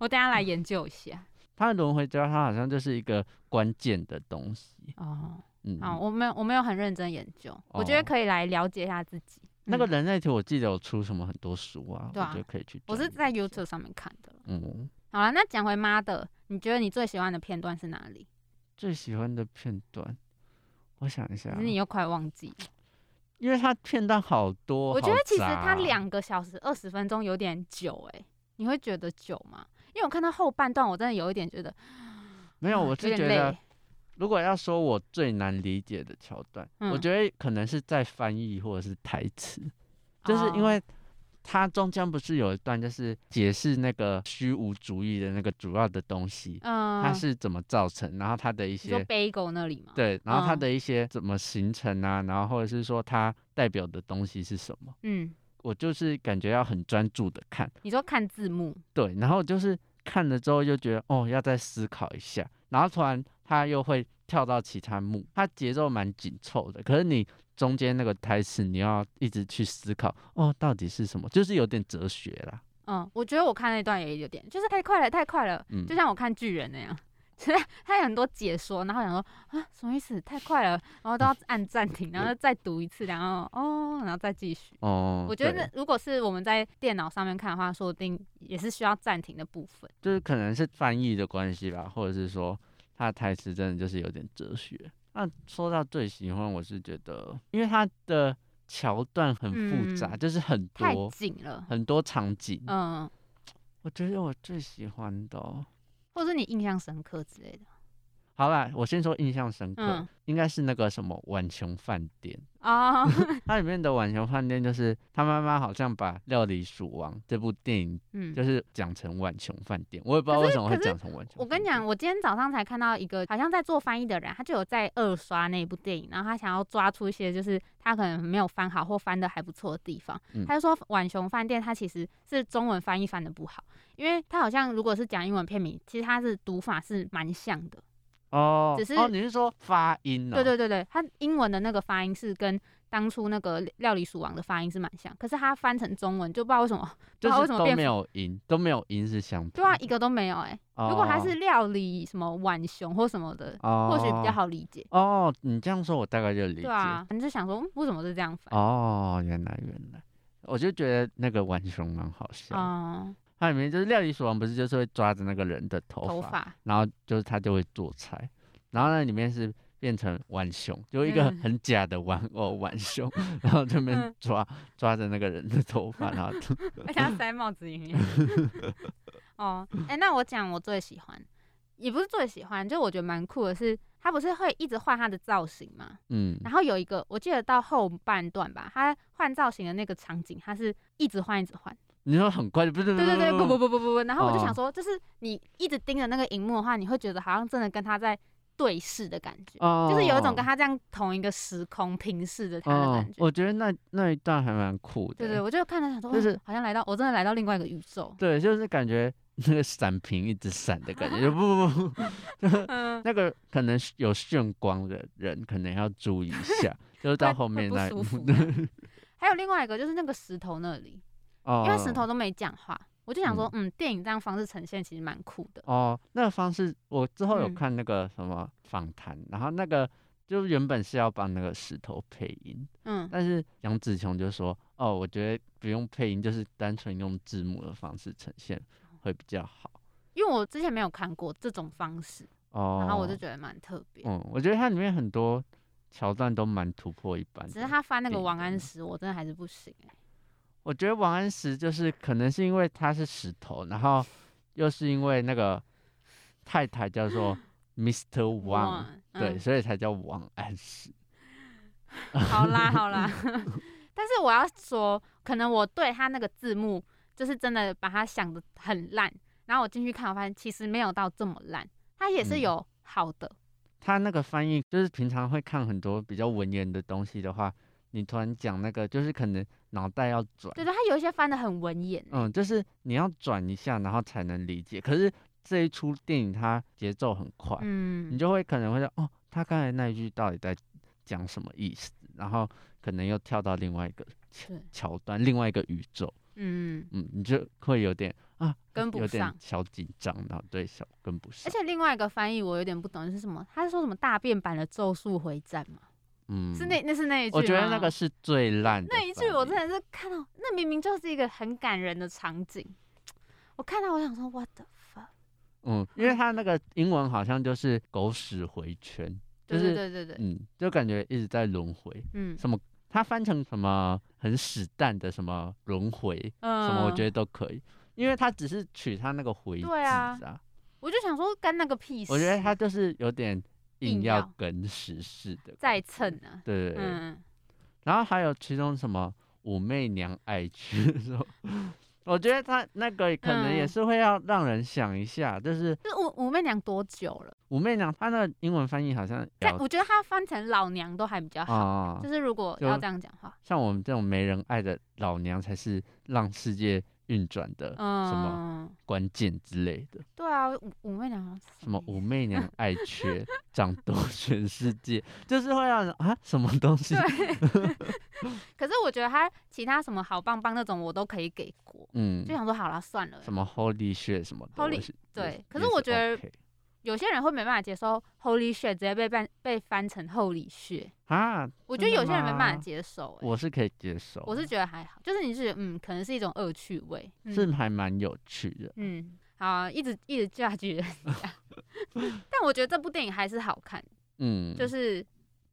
S1: 我等一下来研究一下。
S2: 他的轮回交叉好像就是一个关键的东西。
S1: 哦，
S2: 嗯，
S1: 好，我没有我没有很认真研究，我觉得
S2: 哦
S1: 可以来了解一下自己。
S2: 那个
S1: 嗯
S2: 人类图我记得有出什么很多书啊，
S1: 对
S2: 我觉
S1: 啊
S2: 得可以去
S1: 我
S2: 整
S1: 是
S2: 理
S1: 在
S2: 一下
S1: YouTube 上面看的了。
S2: 嗯。
S1: 好了，那讲回妈的，你觉得你最喜欢的片段是哪里？
S2: 最喜欢的片段，我想一下
S1: 可
S2: 啊，
S1: 是你又快忘记了。
S2: 因为它片段好多，
S1: 我觉
S2: 好
S1: 得其实
S2: 杂
S1: 它
S2: 啊
S1: 两个小时二十分钟有点久哎、你会觉得久吗？因为我看到后半段，我真的有一点觉得
S2: 没有，
S1: 啊
S2: 我
S1: 有
S2: 是
S1: 点
S2: 觉
S1: 累
S2: 得，如果要说我最难理解的桥段，我
S1: 嗯
S2: 觉得可能是在翻译或者是台词，就是因
S1: 哦
S2: 为它中间不是有一段就是解释那个虚无主义的那个主要的东西，
S1: 嗯，
S2: 它是怎么造成，然后它的一
S1: 你说
S2: 些
S1: Bagel 那里吗？
S2: 对，然后它
S1: 嗯
S2: 的一些怎么形成啊，然后或者是说它代表的东西是什么。
S1: 嗯，
S2: 我就是感觉要很专注的看，
S1: 你说看字幕，
S2: 对，然后就是看了之后就觉得哦，要再思考一下，然后突然他又会跳到其他幕，他节奏蛮紧凑的，可是你中间那个台词你要一直去思考，哦，到底是什么，就是有点哲学啦，
S1: 嗯，我觉得我看那段也有点，就是太快了，太快了，
S2: 嗯
S1: 就像我看巨人那样，它有很多解说，然后想说啊什么意思？太快了，然后都要按暂停，然后再读一次，然后哦，然后再继续。
S2: 哦，
S1: 我觉
S2: 对
S1: 得如果是我们在电脑上面看的话，说不定也是需要暂停的部分。
S2: 就是可能是翻译的关系吧，或者是说他的台词真的就是有点哲学。那说到最喜欢，我是觉得，因为他的桥段很复杂，
S1: 嗯
S2: 就是很
S1: 太
S2: 多
S1: 紧了，
S2: 很多场景。
S1: 嗯，
S2: 我觉得我最喜欢的哦、
S1: 或是你印象深刻之类的。
S2: 好啦，我先说印象深刻，
S1: 嗯
S2: 应该是那个什么晚琼饭店。 [LAUGHS]
S1: 哦，
S2: 它里面的晚琼饭店就是他妈妈好像把《料理鼠王》这部电影
S1: 嗯，
S2: 就是讲成晚琼饭店，我也不知道为什么会
S1: 可是
S2: 讲成晚琼。
S1: 我跟你讲，，我今天早上才看到一个好像在做翻译的人，他就有在二刷那部电影，然后他想要抓出一些就是他可能没有翻好或翻的还不错的地方。
S2: 嗯
S1: 他就说《浣熊饭店》它其实是中文翻译翻的不好，因为他好像如果是讲英文片名，其实它是读法是蛮像的。
S2: 哦，
S1: 只是
S2: 哦，你是说发音哦呢、
S1: 对对对对，它英文的那个发音是跟当初那个料理鼠王的发音是蛮像，可是它翻成中文就不知道为什么，不知
S2: 就
S1: 啊道为什
S2: 是
S1: 么
S2: 都
S1: 变
S2: 没有音，都没有音是相
S1: 对啊，一个都没有哎、
S2: 哦
S1: 如果它是料理什么浣熊或什么的，
S2: 哦，
S1: 或许比较。好理解。
S2: 哦，你这样说，我大概就理解。
S1: 对啊，你就想说嗯为什么是这样翻？
S2: 哦，原来原来，我就觉得那个浣熊蛮好笑。
S1: 嗯，
S2: 它里面就是料理鼠王，不是就是会抓着那个人的头
S1: 头
S2: 发，
S1: 发
S2: 然后就是他就会做菜，然后那里面是变成浣熊，就一个
S1: 嗯
S2: 很假的玩偶浣熊，然后这边
S1: 嗯
S2: 抓抓着那个人的头发，然后 [LAUGHS]
S1: 而且要塞帽子里面。哦，哎、那我讲我最喜欢，也不是最喜欢，就我觉得蛮酷的是，他不是会一直换他的造型嘛？
S2: 嗯，
S1: 然后有一个，我记得到后半段吧，他换造型的那个场景，他是一直换一直换。
S2: 你说很快，不是
S1: 对对对，不不
S2: 不
S1: 不不不不。然后我就
S2: 哦
S1: 想说，就是你一直盯着那个荧幕的话，你会觉得好像真的跟他在对视的感觉。
S2: 哦，
S1: 就是有一种跟他这样同一个时空平视着他的
S2: 哦
S1: 感，觉。
S2: 我觉得那那一段还蛮酷的，欸
S1: 对对，我就看了想说，
S2: 就
S1: 哇
S2: 是
S1: 好像来到，我真的来到另外一个宇宙。
S2: 对，就是感觉那个闪屏一直闪的感觉，就不不 [LAUGHS] 不，
S1: [LAUGHS]
S2: [LAUGHS]
S1: 嗯，
S2: 那个可能是有眩光的人可能要注意一下，就是
S1: [LAUGHS] 会
S2: 到后
S1: 会
S2: 面
S1: 不
S2: 那一
S1: 舒
S2: 幕 [LAUGHS]
S1: 服这样。还有另外一个就是那个石头那里，
S2: 哦，
S1: 因为石头都没讲话，我就想说，嗯，电影这样方式呈现其实蛮酷的。
S2: 哦，那个方式我之后有
S1: 嗯
S2: 看那个什么访谈，然后那个就原本是要帮那个石头配音，
S1: 嗯，
S2: 但是杨紫琼就说，哦，我觉得不用配音，就是单纯用字幕的方式呈现会比较好。
S1: 因为我之前没有看过这种方式，
S2: 哦，
S1: 然后我就觉得蛮特别。
S2: 嗯，我觉得它里面很多桥段都蛮突破一般的。
S1: 只是他翻那个
S2: 电
S1: 王
S2: 影
S1: 安石，我真的还是不行哎、
S2: 我觉得王安石就是可能是因为他是石头，然后又是因为那个太太
S1: [GASPS]
S2: 叫做 Mr. 王，
S1: 哇
S2: 对，所以才叫王安石。
S1: [LAUGHS] 好
S2: [LAUGHS]
S1: 啦好啦，但是我要说，可能我对他那个字幕就是真的把它想的很烂，然后我进去看，我发现其实没有到这么烂，它也是
S2: 嗯
S1: 有好的，
S2: 他那个翻译就是平常会看很多比较文言的东西的话，你突然讲那个就是可能脑袋要转，
S1: 对对，它有一些翻的很文言，
S2: 嗯，就是你要转一下，然后才能理解。可是这一出电影它节奏很快，你
S1: 嗯，
S2: 就会可能会说，哦，他刚才那一句到底在讲什么意思？然后可能又跳到另外一个桥
S1: 对
S2: 桥段，另外一个宇宙，
S1: 嗯，
S2: 嗯，你就会有点啊，
S1: 跟不
S2: 有点
S1: 上
S2: 小紧张，然后对小跟不
S1: 而
S2: 上，
S1: 且另外一个翻译我有点不懂是什么，他是说什么大变版的《咒术回战》吗？
S2: 嗯，
S1: 是那那是那一句吗，
S2: 我觉得那个是最烂的
S1: 那一句我
S2: 翻译
S1: 真的是看到，那明明就是一个很感人的场景，我看到我想说 what the fuck，
S2: 嗯，因为他那个英文好像就是狗屎回圈，
S1: 对
S2: 就
S1: 对
S2: 是
S1: 对对对，
S2: 嗯，就感觉一直在轮回，
S1: 嗯
S2: 什么他翻成什么很屎蛋的什么轮回，
S1: 嗯，
S2: 什么我觉得都可以，因为他只是取他那个回字
S1: 对啊
S2: 啊
S1: 我就想说干那个屁事，
S2: 我觉得他就是有点硬
S1: 硬
S2: 要
S1: 要
S2: 跟时事的
S1: 再
S2: 感觉，
S1: 蹭啊，
S2: 对对对。
S1: 嗯，
S2: 然后还有其中什么武媚娘爱去的时候，我觉得他那个可能也
S1: 嗯
S2: 是会要让人想一下，就是
S1: 就是武武媚娘多久了？
S2: 武媚娘她那个英文翻译好像
S1: 但
S2: 要
S1: 我觉得她翻成老娘都还比较好，
S2: 啊
S1: 就，是如果
S2: 就
S1: 要这样讲话，
S2: 像我们这种没人爱的老娘才是让世界运转的呃么
S1: 嗯，
S2: 关键之类的。
S1: 对啊，武武媚娘好像
S2: 什么
S1: 意思
S2: 武媚娘爱缺，掌夺全世界，就是会让人啊什么东西，
S1: 可是我觉得她其他什么好棒棒那种我都可以给过，
S2: 嗯
S1: 就，想说好啦，算了欸，
S2: 什么 Holy shit 什么的
S1: Holy-
S2: 我是也
S1: 对可
S2: 也
S1: 是我觉得
S2: OK
S1: 有些人会没办法接受 Holy shit 直接被翻被翻成 Holy shit，
S2: 啊，
S1: 我觉得有些人没办法
S2: 吗
S1: 接受、欸，
S2: 我是可以接受，
S1: 我是觉得还好，就是你是觉得嗯，可能是一种恶趣味，嗯、
S2: 是还蛮有趣的。
S1: 嗯，好，一直一直 judge 人
S2: [LAUGHS]
S1: 家，但我觉得这部电影还是好看，
S2: 嗯，
S1: 就是是，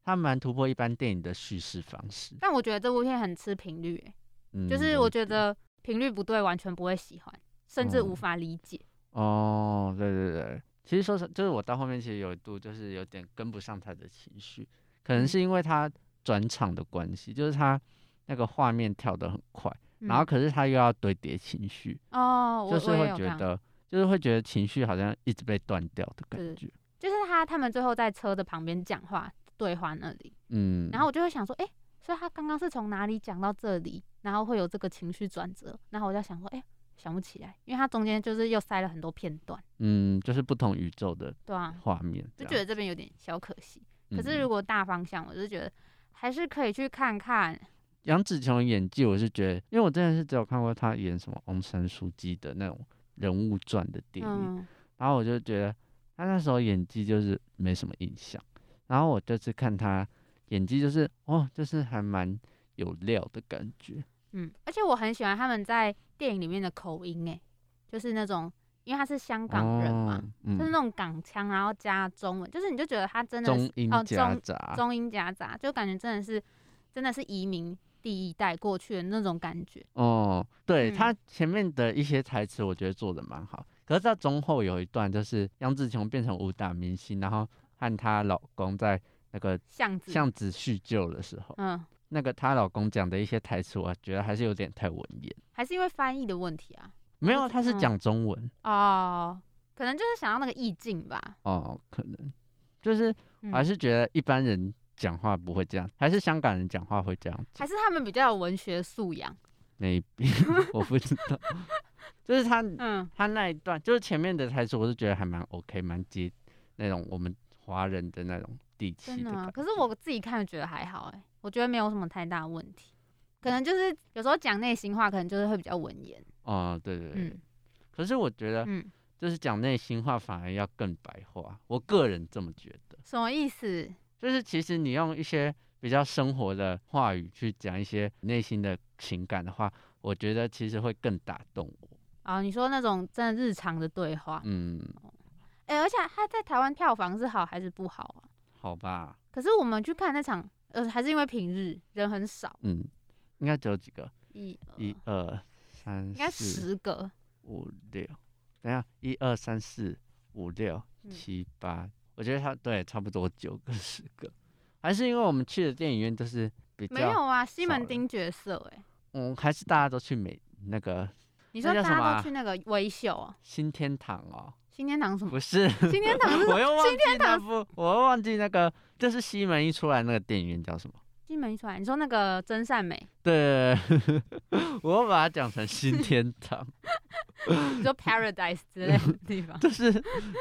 S2: 它蛮突破一般电影的叙事方式。
S1: 但我觉得这部片很吃频率、欸，
S2: 嗯，
S1: 就是
S2: 有
S1: 我
S2: 一
S1: 觉
S2: 点
S1: 得频率不对，完全不会喜欢，甚至无
S2: 嗯
S1: 法理解。
S2: 哦，对对对，其实说是就是我到后面其实有一度就是有点跟不上他的情绪，可能
S1: 嗯
S2: 是因为他转场的关系，就是他那个画面跳得很快，然后
S1: 嗯
S2: 可是他又要堆叠情绪，
S1: 哦，我
S2: 就是
S1: 我也
S2: 会
S1: 有
S2: 觉
S1: 看，
S2: 得就是会觉得情绪好像一直被断掉的
S1: 是
S2: 感觉。
S1: 就是他他们最后在车的旁边讲话对话那里，
S2: 嗯，
S1: 然后我就会想说，哎、所以他刚刚是从哪里讲到这里，然后会有这个情绪转折，然后我在想说，哎、想不起来，因为他中间就是又塞了很多片段，
S2: 嗯，就是不同宇宙的
S1: 对啊，
S2: 画面这
S1: 就
S2: 样，
S1: 觉得这边有点小可惜。可是
S2: 嗯
S1: 如果大方向，我就觉得还是可以去看看。
S2: 杨紫琼的演技，我是觉得，因为我真的是只有看过她演什么翁山书记的那种人物传的电影，
S1: 嗯，
S2: 然后我就觉得她那时候演技就是没什么印象，然后我这次看她演技就是哦，就是还蛮有料的感觉，
S1: 嗯，而且我很喜欢他们在电影里面的口音，哎，就是那种，因为他是香港人嘛，
S2: 哦，
S1: 就是
S2: 嗯，
S1: 那种港腔，然后加中文，就是你就觉得他真的
S2: 中
S1: 是
S2: 英
S1: 哦
S2: 夹
S1: 中
S2: 杂，
S1: 中英夹杂，就感觉真的是真的是移民第一代过去的那种感觉。
S2: 哦，对
S1: 嗯
S2: 他前面的一些台词，我觉得做的蛮好。可是到中后有一段，就是杨紫琼变成武打明星，然后和她老公在那个
S1: 巷子，
S2: 巷子叙旧的时候，
S1: 嗯，
S2: 那个她老公讲的一些台词，我觉得还是有点太文言。
S1: 还是因为翻译的问题啊。
S2: 没
S1: 不
S2: 有，
S1: 是
S2: 他是
S1: 嗯
S2: 讲中文、
S1: 哦，可能就是想要那个意境吧。
S2: 哦，可能就是我
S1: 嗯
S2: 还是觉得一般人讲话不会这样，还是香港人讲话会这样
S1: 还
S2: 讲
S1: 是他们比较有文学素养。
S2: ，maybe [LAUGHS] 我不知道。就是他
S1: 嗯
S2: 他那一段，就是前面的台词，我是觉得还蛮 OK，蛮接那种我们华人的那种地，气
S1: 真
S2: 的
S1: 的
S2: 感
S1: 吗
S2: 觉。？
S1: 可是我自己看觉得还好哎、我觉得没有什么太大问题。
S2: 嗯
S1: 可能就是有时候讲内心话，可能就是会比较文言。
S2: 哦，对对呃对。
S1: 嗯
S2: 可是我觉得
S1: 嗯，
S2: 就是讲内心话反而要更白话，我个人这么觉得。
S1: 什么意思？
S2: 就是其实你用一些比较生活的话语去讲一些内心的情感的话，我觉得其实会更打动我。
S1: 啊、你说那种真的日常的对话，
S2: 嗯，
S1: 哎、而且他在台湾票房是好还是不好啊？
S2: 好吧，
S1: 可是我们去看那场，呃，还是因为平日人很少，
S2: 嗯，应该只有几个，
S1: 一、二
S2: 一二三
S1: 呃应该
S2: 四
S1: 十个，
S2: 五六，等一下，一二三四五六
S1: 嗯
S2: 七八，我觉得他对差不多九个十个，还是因为我们去的电影院都是比
S1: 没
S2: 较，
S1: 有啊，西
S2: 少
S1: 门
S2: 人
S1: 町角色哎、
S2: 嗯，还是大家都去美那个
S1: 你
S2: 那
S1: 说
S2: 叫
S1: 大
S2: 什么
S1: 家
S2: 啊
S1: 都去那个维修、哦，
S2: 新天堂哦，
S1: 新天堂什
S2: [LAUGHS]
S1: 么？[LAUGHS]
S2: 不是，
S1: 新天堂是什么
S2: 我又忘记那部，我又忘记那个，就是西门一出来那个电影院叫什么？
S1: 西门出来，你说那个真善美，
S2: 对， [LAUGHS] 我又把它讲成新天堂，，
S1: 你说 Paradise 之类的地方
S2: 就是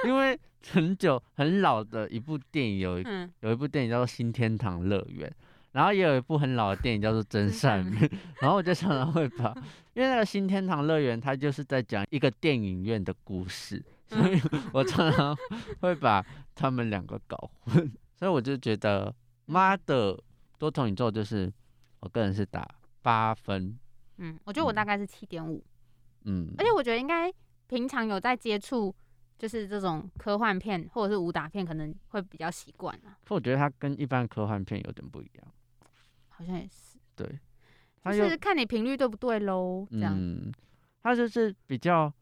S2: 因为很久很老的一部电影有一
S1: 嗯，
S2: 有一部电影叫做《新天堂乐园》，然后也有一部很老的电影叫做《真
S1: 真
S2: 善
S1: 善
S2: 美》，然后我就常常会
S1: [LAUGHS]
S2: 把，因为那个《新天堂乐园》它就是在讲一个电影院的故事，所以
S1: 嗯
S2: 我常常会把他们两个搞混，所以我就觉
S1: 嗯
S2: 得妈的多重宇宙就是我个人是打八分，
S1: 嗯，我觉得我大概是七点五，
S2: 嗯，
S1: 而且我觉得应该平常有在接触，就是这种科幻片或者是武打片，可能会比较习惯啊，
S2: 可我觉得它跟一般科幻片有点不一样，
S1: 好像也是，
S2: 对，它
S1: 就
S2: 又
S1: 是看你频率对不对喽，这样，
S2: 嗯，它就是比较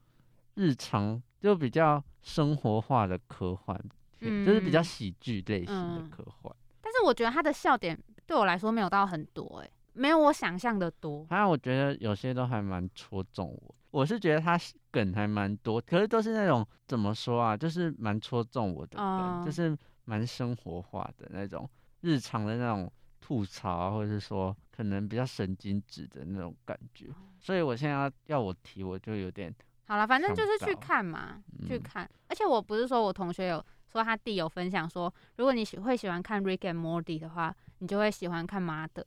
S2: 日常，就比较生活化的科幻片，就是比较
S1: 嗯
S2: 喜剧类型的
S1: 嗯
S2: 科幻。
S1: 但是我觉得它的笑点对我来说没有到很多、欸，没有我想象的多，
S2: 还有我觉得有些都还蛮戳中我，我是觉得它是梗还蛮多，可是都是那种怎么说啊，就是蛮戳中我的梗，就
S1: 哦
S2: 是蛮生活化的那种日常的那种吐槽啊，或者是说可能比较神经质的那种感觉。
S1: 哦
S2: 所以我现在要要我提，我就有点
S1: 好了，反正
S2: 想
S1: 就是
S2: 不
S1: 去
S2: 到
S1: 看嘛，去
S2: 嗯
S1: 看。而且我不是说我同学有说他弟有分享说，如果你喜会喜欢看 Rick and Morty 的话，你就会喜欢看 Mother。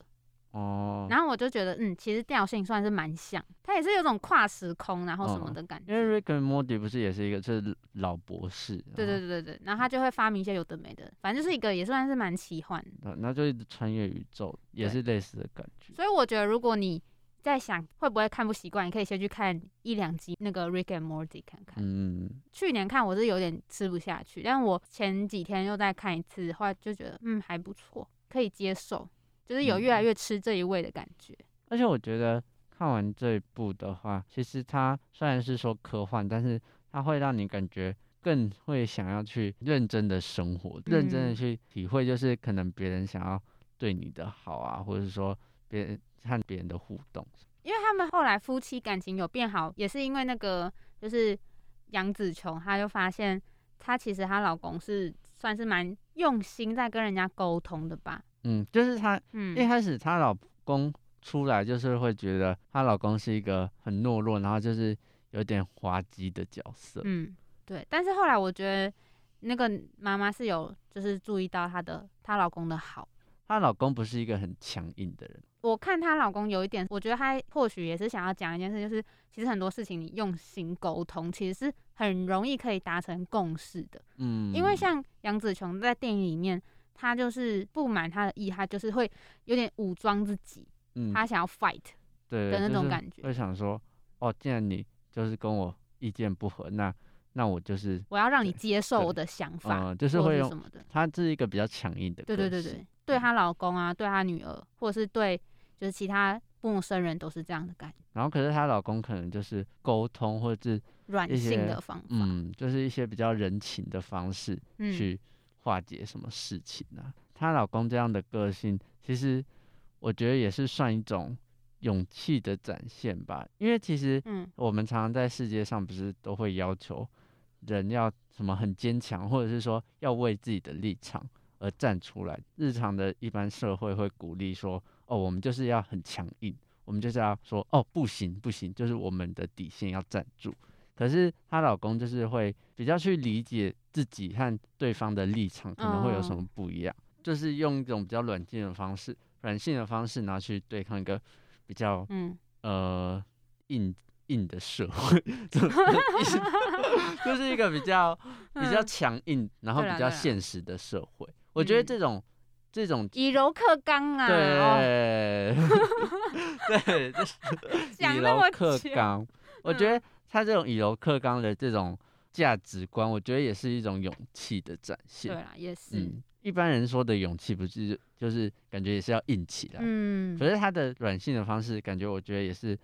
S2: 哦，
S1: 然后我就觉得，嗯，其实调性算是蛮像，它也是有种跨时空，然后什么的感觉。
S2: 嗯因为 Rick and Morty 不是也是一个是老博士，
S1: 对对
S2: 对，
S1: 对对对，然后他就会发明一些有的没的，反正就是一个也算是蛮奇幻的。
S2: 然后然后就一直穿越宇宙，也
S1: 对
S2: 是类似的感觉。
S1: 所以我觉得，如果你在想会不会看不习惯，你可以先去看一两集那个《Rick and Morty》看看。
S2: 嗯，
S1: 去年看我是有点吃不下去，但我前几天又再看一次的话，就觉得嗯还不错，可以接受，就是
S2: 嗯
S1: 有越来越吃这一味的感觉。
S2: 而且我觉得看完这一部的话，其实它虽然是说科幻，但是它会让你感觉更会想要去认真的生活，认真
S1: 嗯
S2: 的去体会，就是可能别人想要对你的好啊，或者是说别人和别人的互动。
S1: 因为他们后来夫妻感情有变好，也是因为那个就是杨紫琼，她就发现她其实她老公是算是蛮用心在跟人家沟通的吧。
S2: 嗯，就是她一
S1: 嗯，
S2: 开始她老公出来就是会觉得她老公是一个很懦弱，然后就是有点滑稽的角色。
S1: 嗯，对。但是后来我觉得那个妈妈是有就是注意到她的她老公的好。
S2: 她老公不是一个很强硬的人，
S1: 我看她老公有一点，我觉得她或许也是想要讲一件事，就是其实很多事情你用心沟通，其实是很容易可以达成共识的。
S2: 嗯，
S1: 因为像杨紫琼在电影里面，她就是不满她的意，她就是会有点武装自己，
S2: 嗯
S1: 她想要 fight
S2: 对
S1: 的那
S2: 就
S1: 种
S2: 是
S1: 感觉
S2: 会想说，哦，既然你就是跟我意见不合，那那我就是，
S1: 我要让你
S2: 对
S1: 接受
S2: 对
S1: 我的想法，
S2: 嗯，就是
S1: 或
S2: 会
S1: 是
S2: 用
S1: 什么的。
S2: 他是一个比较强硬的，
S1: 对对对对，，
S2: 嗯
S1: 对她老公啊，对她女儿，或者是对就是其他陌生人都是这样的感觉，
S2: 然后可是她老公可能就是沟通或者是
S1: 软
S2: 一
S1: 性
S2: 些
S1: 的方法。
S2: 嗯，就是一些比较人情的方式
S1: 嗯，
S2: 去化解什么事情啊。她、老公这样的个性，其实我觉得也是算一种勇气的展现吧，因为其实
S1: 嗯，
S2: 我们常常在世界上不是都会要求人要什么很坚强，或者是说要为自己的立场而站出来。日常的一般社会会鼓励说，哦，我们就是要很强硬，我们就是要说，哦，不行不行，就是我们的底线要站住。可是她老公就是会比较去理解自己和对方的立场可能会有什
S1: 哦
S2: 么不一样，就是用一种比较软性的方式，软性的方式拿去对抗一个比较
S1: 嗯，
S2: 呃硬硬的社会， [LAUGHS] 这种意思 [LAUGHS] 就是一个比较比较
S1: 嗯
S2: 强硬，然后
S1: 对
S2: 比
S1: 啦对
S2: 较
S1: 啦
S2: 现实的社会。我觉得
S1: 嗯
S2: 这种这种
S1: 以柔克刚啊，哦，
S2: 对 [LAUGHS] 对，就是
S1: [LAUGHS] 讲
S2: 以
S1: 那
S2: 柔
S1: 么
S2: 克
S1: 久嗯
S2: 刚。我觉得他这种以柔克刚的这种价值观，我觉得也是一种勇气的展
S1: 对
S2: 现。
S1: 啦，也是，
S2: 嗯，一般人说的勇气，不是就是感觉也是要硬起来，
S1: 嗯，
S2: 可是他的软性的方式，感觉我觉得也是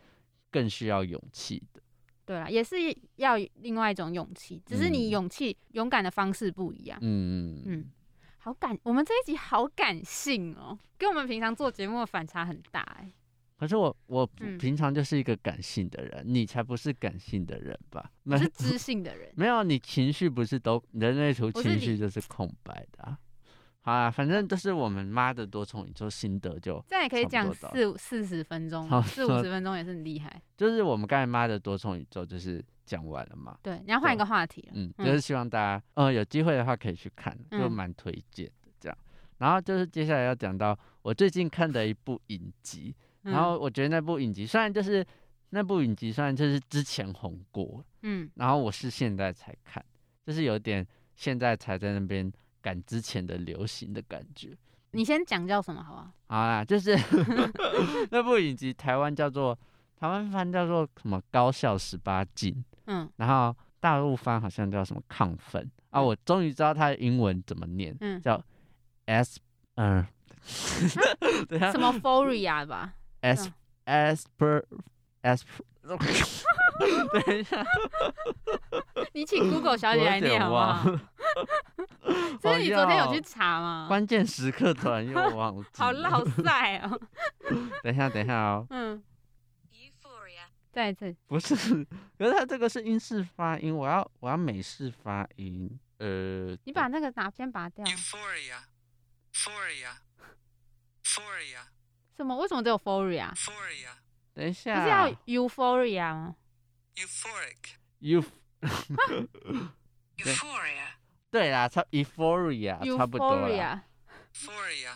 S2: 更需要勇气的。
S1: 对啦，也是要另外一种勇气，只是你
S2: 嗯
S1: 勇气、勇敢的方式不一样。
S2: 嗯嗯，
S1: 嗯，好感，我们这一集好感性哦，跟我们平常做节目的反差很大哎、
S2: 可是我我
S1: 嗯
S2: 平常就是一个感性的人，你才不是感性的人吧？没
S1: 你是知性的
S2: [LAUGHS]
S1: 人，
S2: 没有，你情绪不是都人类图
S1: 我是嗯
S2: 情绪
S1: 理
S2: 就是空白的、啊。好啊，反正就是我们妈的多重宇宙心得就
S1: 这样也可以
S2: 差
S1: 讲
S2: 不多到
S1: 四五四十分钟
S2: 差，不
S1: 四五
S2: 多
S1: 十分钟也是很厉害。
S2: 就是我们刚才妈的多重宇宙就是讲完了嘛。
S1: 对，你要换一
S2: 对
S1: 个话题了。
S2: 嗯，就是希望大家，呃，有机会的话可以去看，就
S1: 嗯
S2: 蛮推荐的这样。然后就是接下来要讲到我最近看的一部影集，
S1: 嗯
S2: 然后我觉得那部影集虽然就是那部影集虽然就是之前红过，
S1: 嗯，
S2: 然后我是现在才看，就是有点现在才在那边赶之前的流行的感觉。
S1: 你先讲叫什么好不好？
S2: 好啦，就是 [LAUGHS] 那部影集台湾叫做台湾翻叫做什么高校十八禁，
S1: 嗯
S2: 然后大陆翻好像叫什么亢奋啊，我终于知道它的英文怎么念，
S1: 嗯，
S2: 叫 S 嗯、 [LAUGHS] 等一下
S1: 什
S2: [LAUGHS]
S1: 么 Foria 吧？嗯
S2: S Asper
S1: [LAUGHS]
S2: Asper，等一下，
S1: 你请 Google 小姐
S2: 我有啊
S1: 来念
S2: 点
S1: 好不好？
S2: [LAUGHS]
S1: [LAUGHS] 所以你昨天有去查吗？
S2: 哦关键时刻突然又忘记，
S1: 好
S2: [LAUGHS]
S1: 老。塞哦。
S2: 等一下，等一下哦，
S1: 嗯，再一次。
S2: 不是，可是它这个是英式发音，我要我要美式发音。呃，
S1: 你把那个拿先拔掉。
S3: Euphoria. Euphoria. Euphoria.
S1: 什么？为什么只有 Foria？
S3: Euphoria.
S2: 等一
S1: 不是要
S2: 下
S1: Euphoria 吗？
S3: Euphoric.
S2: ，you 对
S3: Euphoria.
S2: 啊对啦，差 euphoria 差不多啦。
S1: Euphoria，
S3: Euphoria.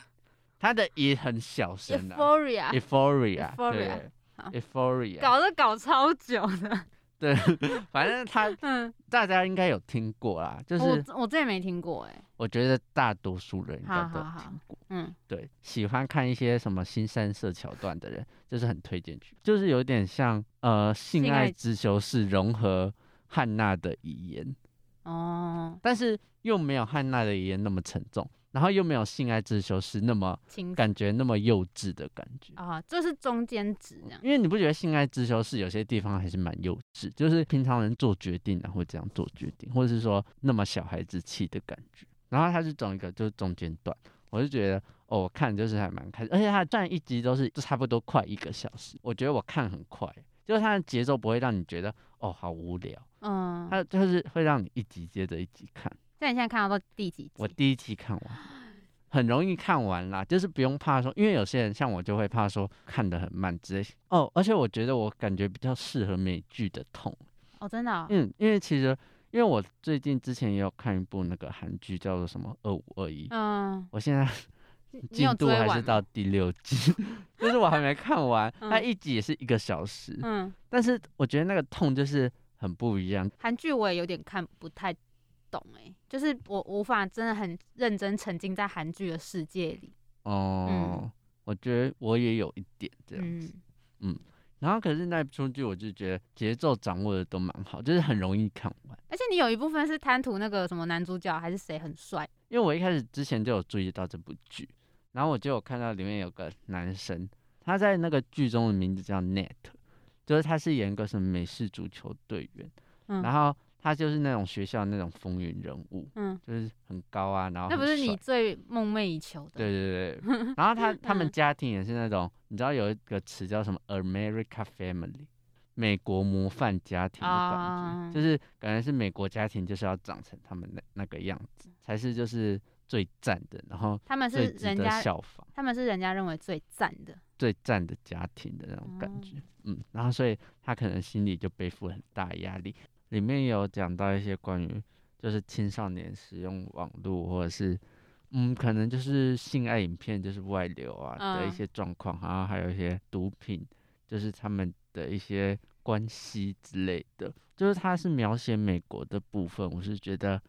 S2: 它的也很小声的、
S1: Euphoria，
S2: Euphoria，
S1: Euphoria，
S2: 对
S1: 好
S2: ，Euphoria，
S1: 搞这搞超久的，
S2: 对， [LAUGHS] 反正它
S1: 嗯，
S2: 大家应该有听过啦，就是
S1: [LAUGHS] 我我真的没听过哎，
S2: 我觉得大多数人应该
S1: 好
S2: 都有
S1: 好好
S2: 听过。
S1: 嗯，
S2: 对，喜欢看一些什么新三色桥段的人，就是很推荐去，就是有点像呃《性
S1: 性
S2: 爱
S1: 爱
S2: 之修士》融合汉娜的遗言，
S1: 哦，
S2: 但是又没有汉娜的遗言那么沉重，然后又没有《性爱之修士》那么
S1: 情
S2: 感觉那么幼稚的感觉。
S1: 啊，这是中间值这样，
S2: 因为你不觉得性爱之修是有些地方还是蛮幼稚，就是平常人做决定然后这样做决定，或者是说那么小孩子气的感觉。然后它是走一个就是中间段，我就觉得哦，我看就是还蛮开心，而且它算一集都是就差不多快一个小时，我觉得我看很快，就是它的节奏不会让你觉得哦好无聊，
S1: 嗯，
S2: 它就是会让你一集接着一集看。
S1: 那你现在看到到第几
S2: 我
S1: 集？
S2: 第一集看完，很容易看完啦，就是不用怕说，因为有些人像我就会怕说看得很慢之类。哦，而且我觉得我感觉比较适合美剧的痛，
S1: 哦，真的哦，
S2: 嗯，因为其实因为我最近之前也有看一部那个韩剧叫做什么二五二一，
S1: 嗯，
S2: 我现在 [LAUGHS]
S1: 你
S2: 进
S1: 有
S2: 度
S1: 追
S2: 还
S1: 完
S2: 是
S1: 吗
S2: 到第六集， [LAUGHS] 就是我还没看完，它
S1: 嗯
S2: 一集也是一个小时，
S1: 嗯，
S2: 但是我觉得那个痛就是很不一样，
S1: 韩剧我也有点看不太懂哎、就是我无法真的很认真沉浸在韩剧的世界里。
S2: 哦、我觉得我也有一点这样子。
S1: 嗯，
S2: 然后可是那一出剧，我就觉得节奏掌握的都蛮好，就是很容易看完。
S1: 而且你有一部分是贪图那个什么男主角还是谁很帅，
S2: 因为我一开始之前就有注意到这部剧，然后我就有看到里面有个男生，他在那个剧中的名字叫 Net，就是他是演一个什么美式足球队员，
S1: 嗯
S2: 然后他就是那种学校那种风云人物，
S1: 嗯，
S2: 就是很高啊，然后
S1: 那不是
S2: 很帅
S1: 你最梦寐以求的？
S2: 对对
S1: [LAUGHS]
S2: 对，然后他他们
S1: 嗯
S2: 家庭也是那种，你知道有一个词叫什么 “America Family”，美国模范家庭的感
S1: 啊
S2: 觉，就是感觉是美国家庭就是要长成他们那那个样子，才是就是最赞的，然后
S1: 他们是
S2: 最值
S1: 人
S2: 得
S1: 家，
S2: 效仿、
S1: 他们是人家认为最赞的。
S2: 最赞的家庭的那种感觉。嗯，然后所以他可能心里就背负很大的压力。里面有讲到一些关于就是青少年使用网络或者是嗯，可能就是性爱影片就是外流啊的一
S1: 嗯
S2: 些状况，然后还有一些毒品，就是他们的一些关系之类的。就是它是描写美国的部分，我是觉得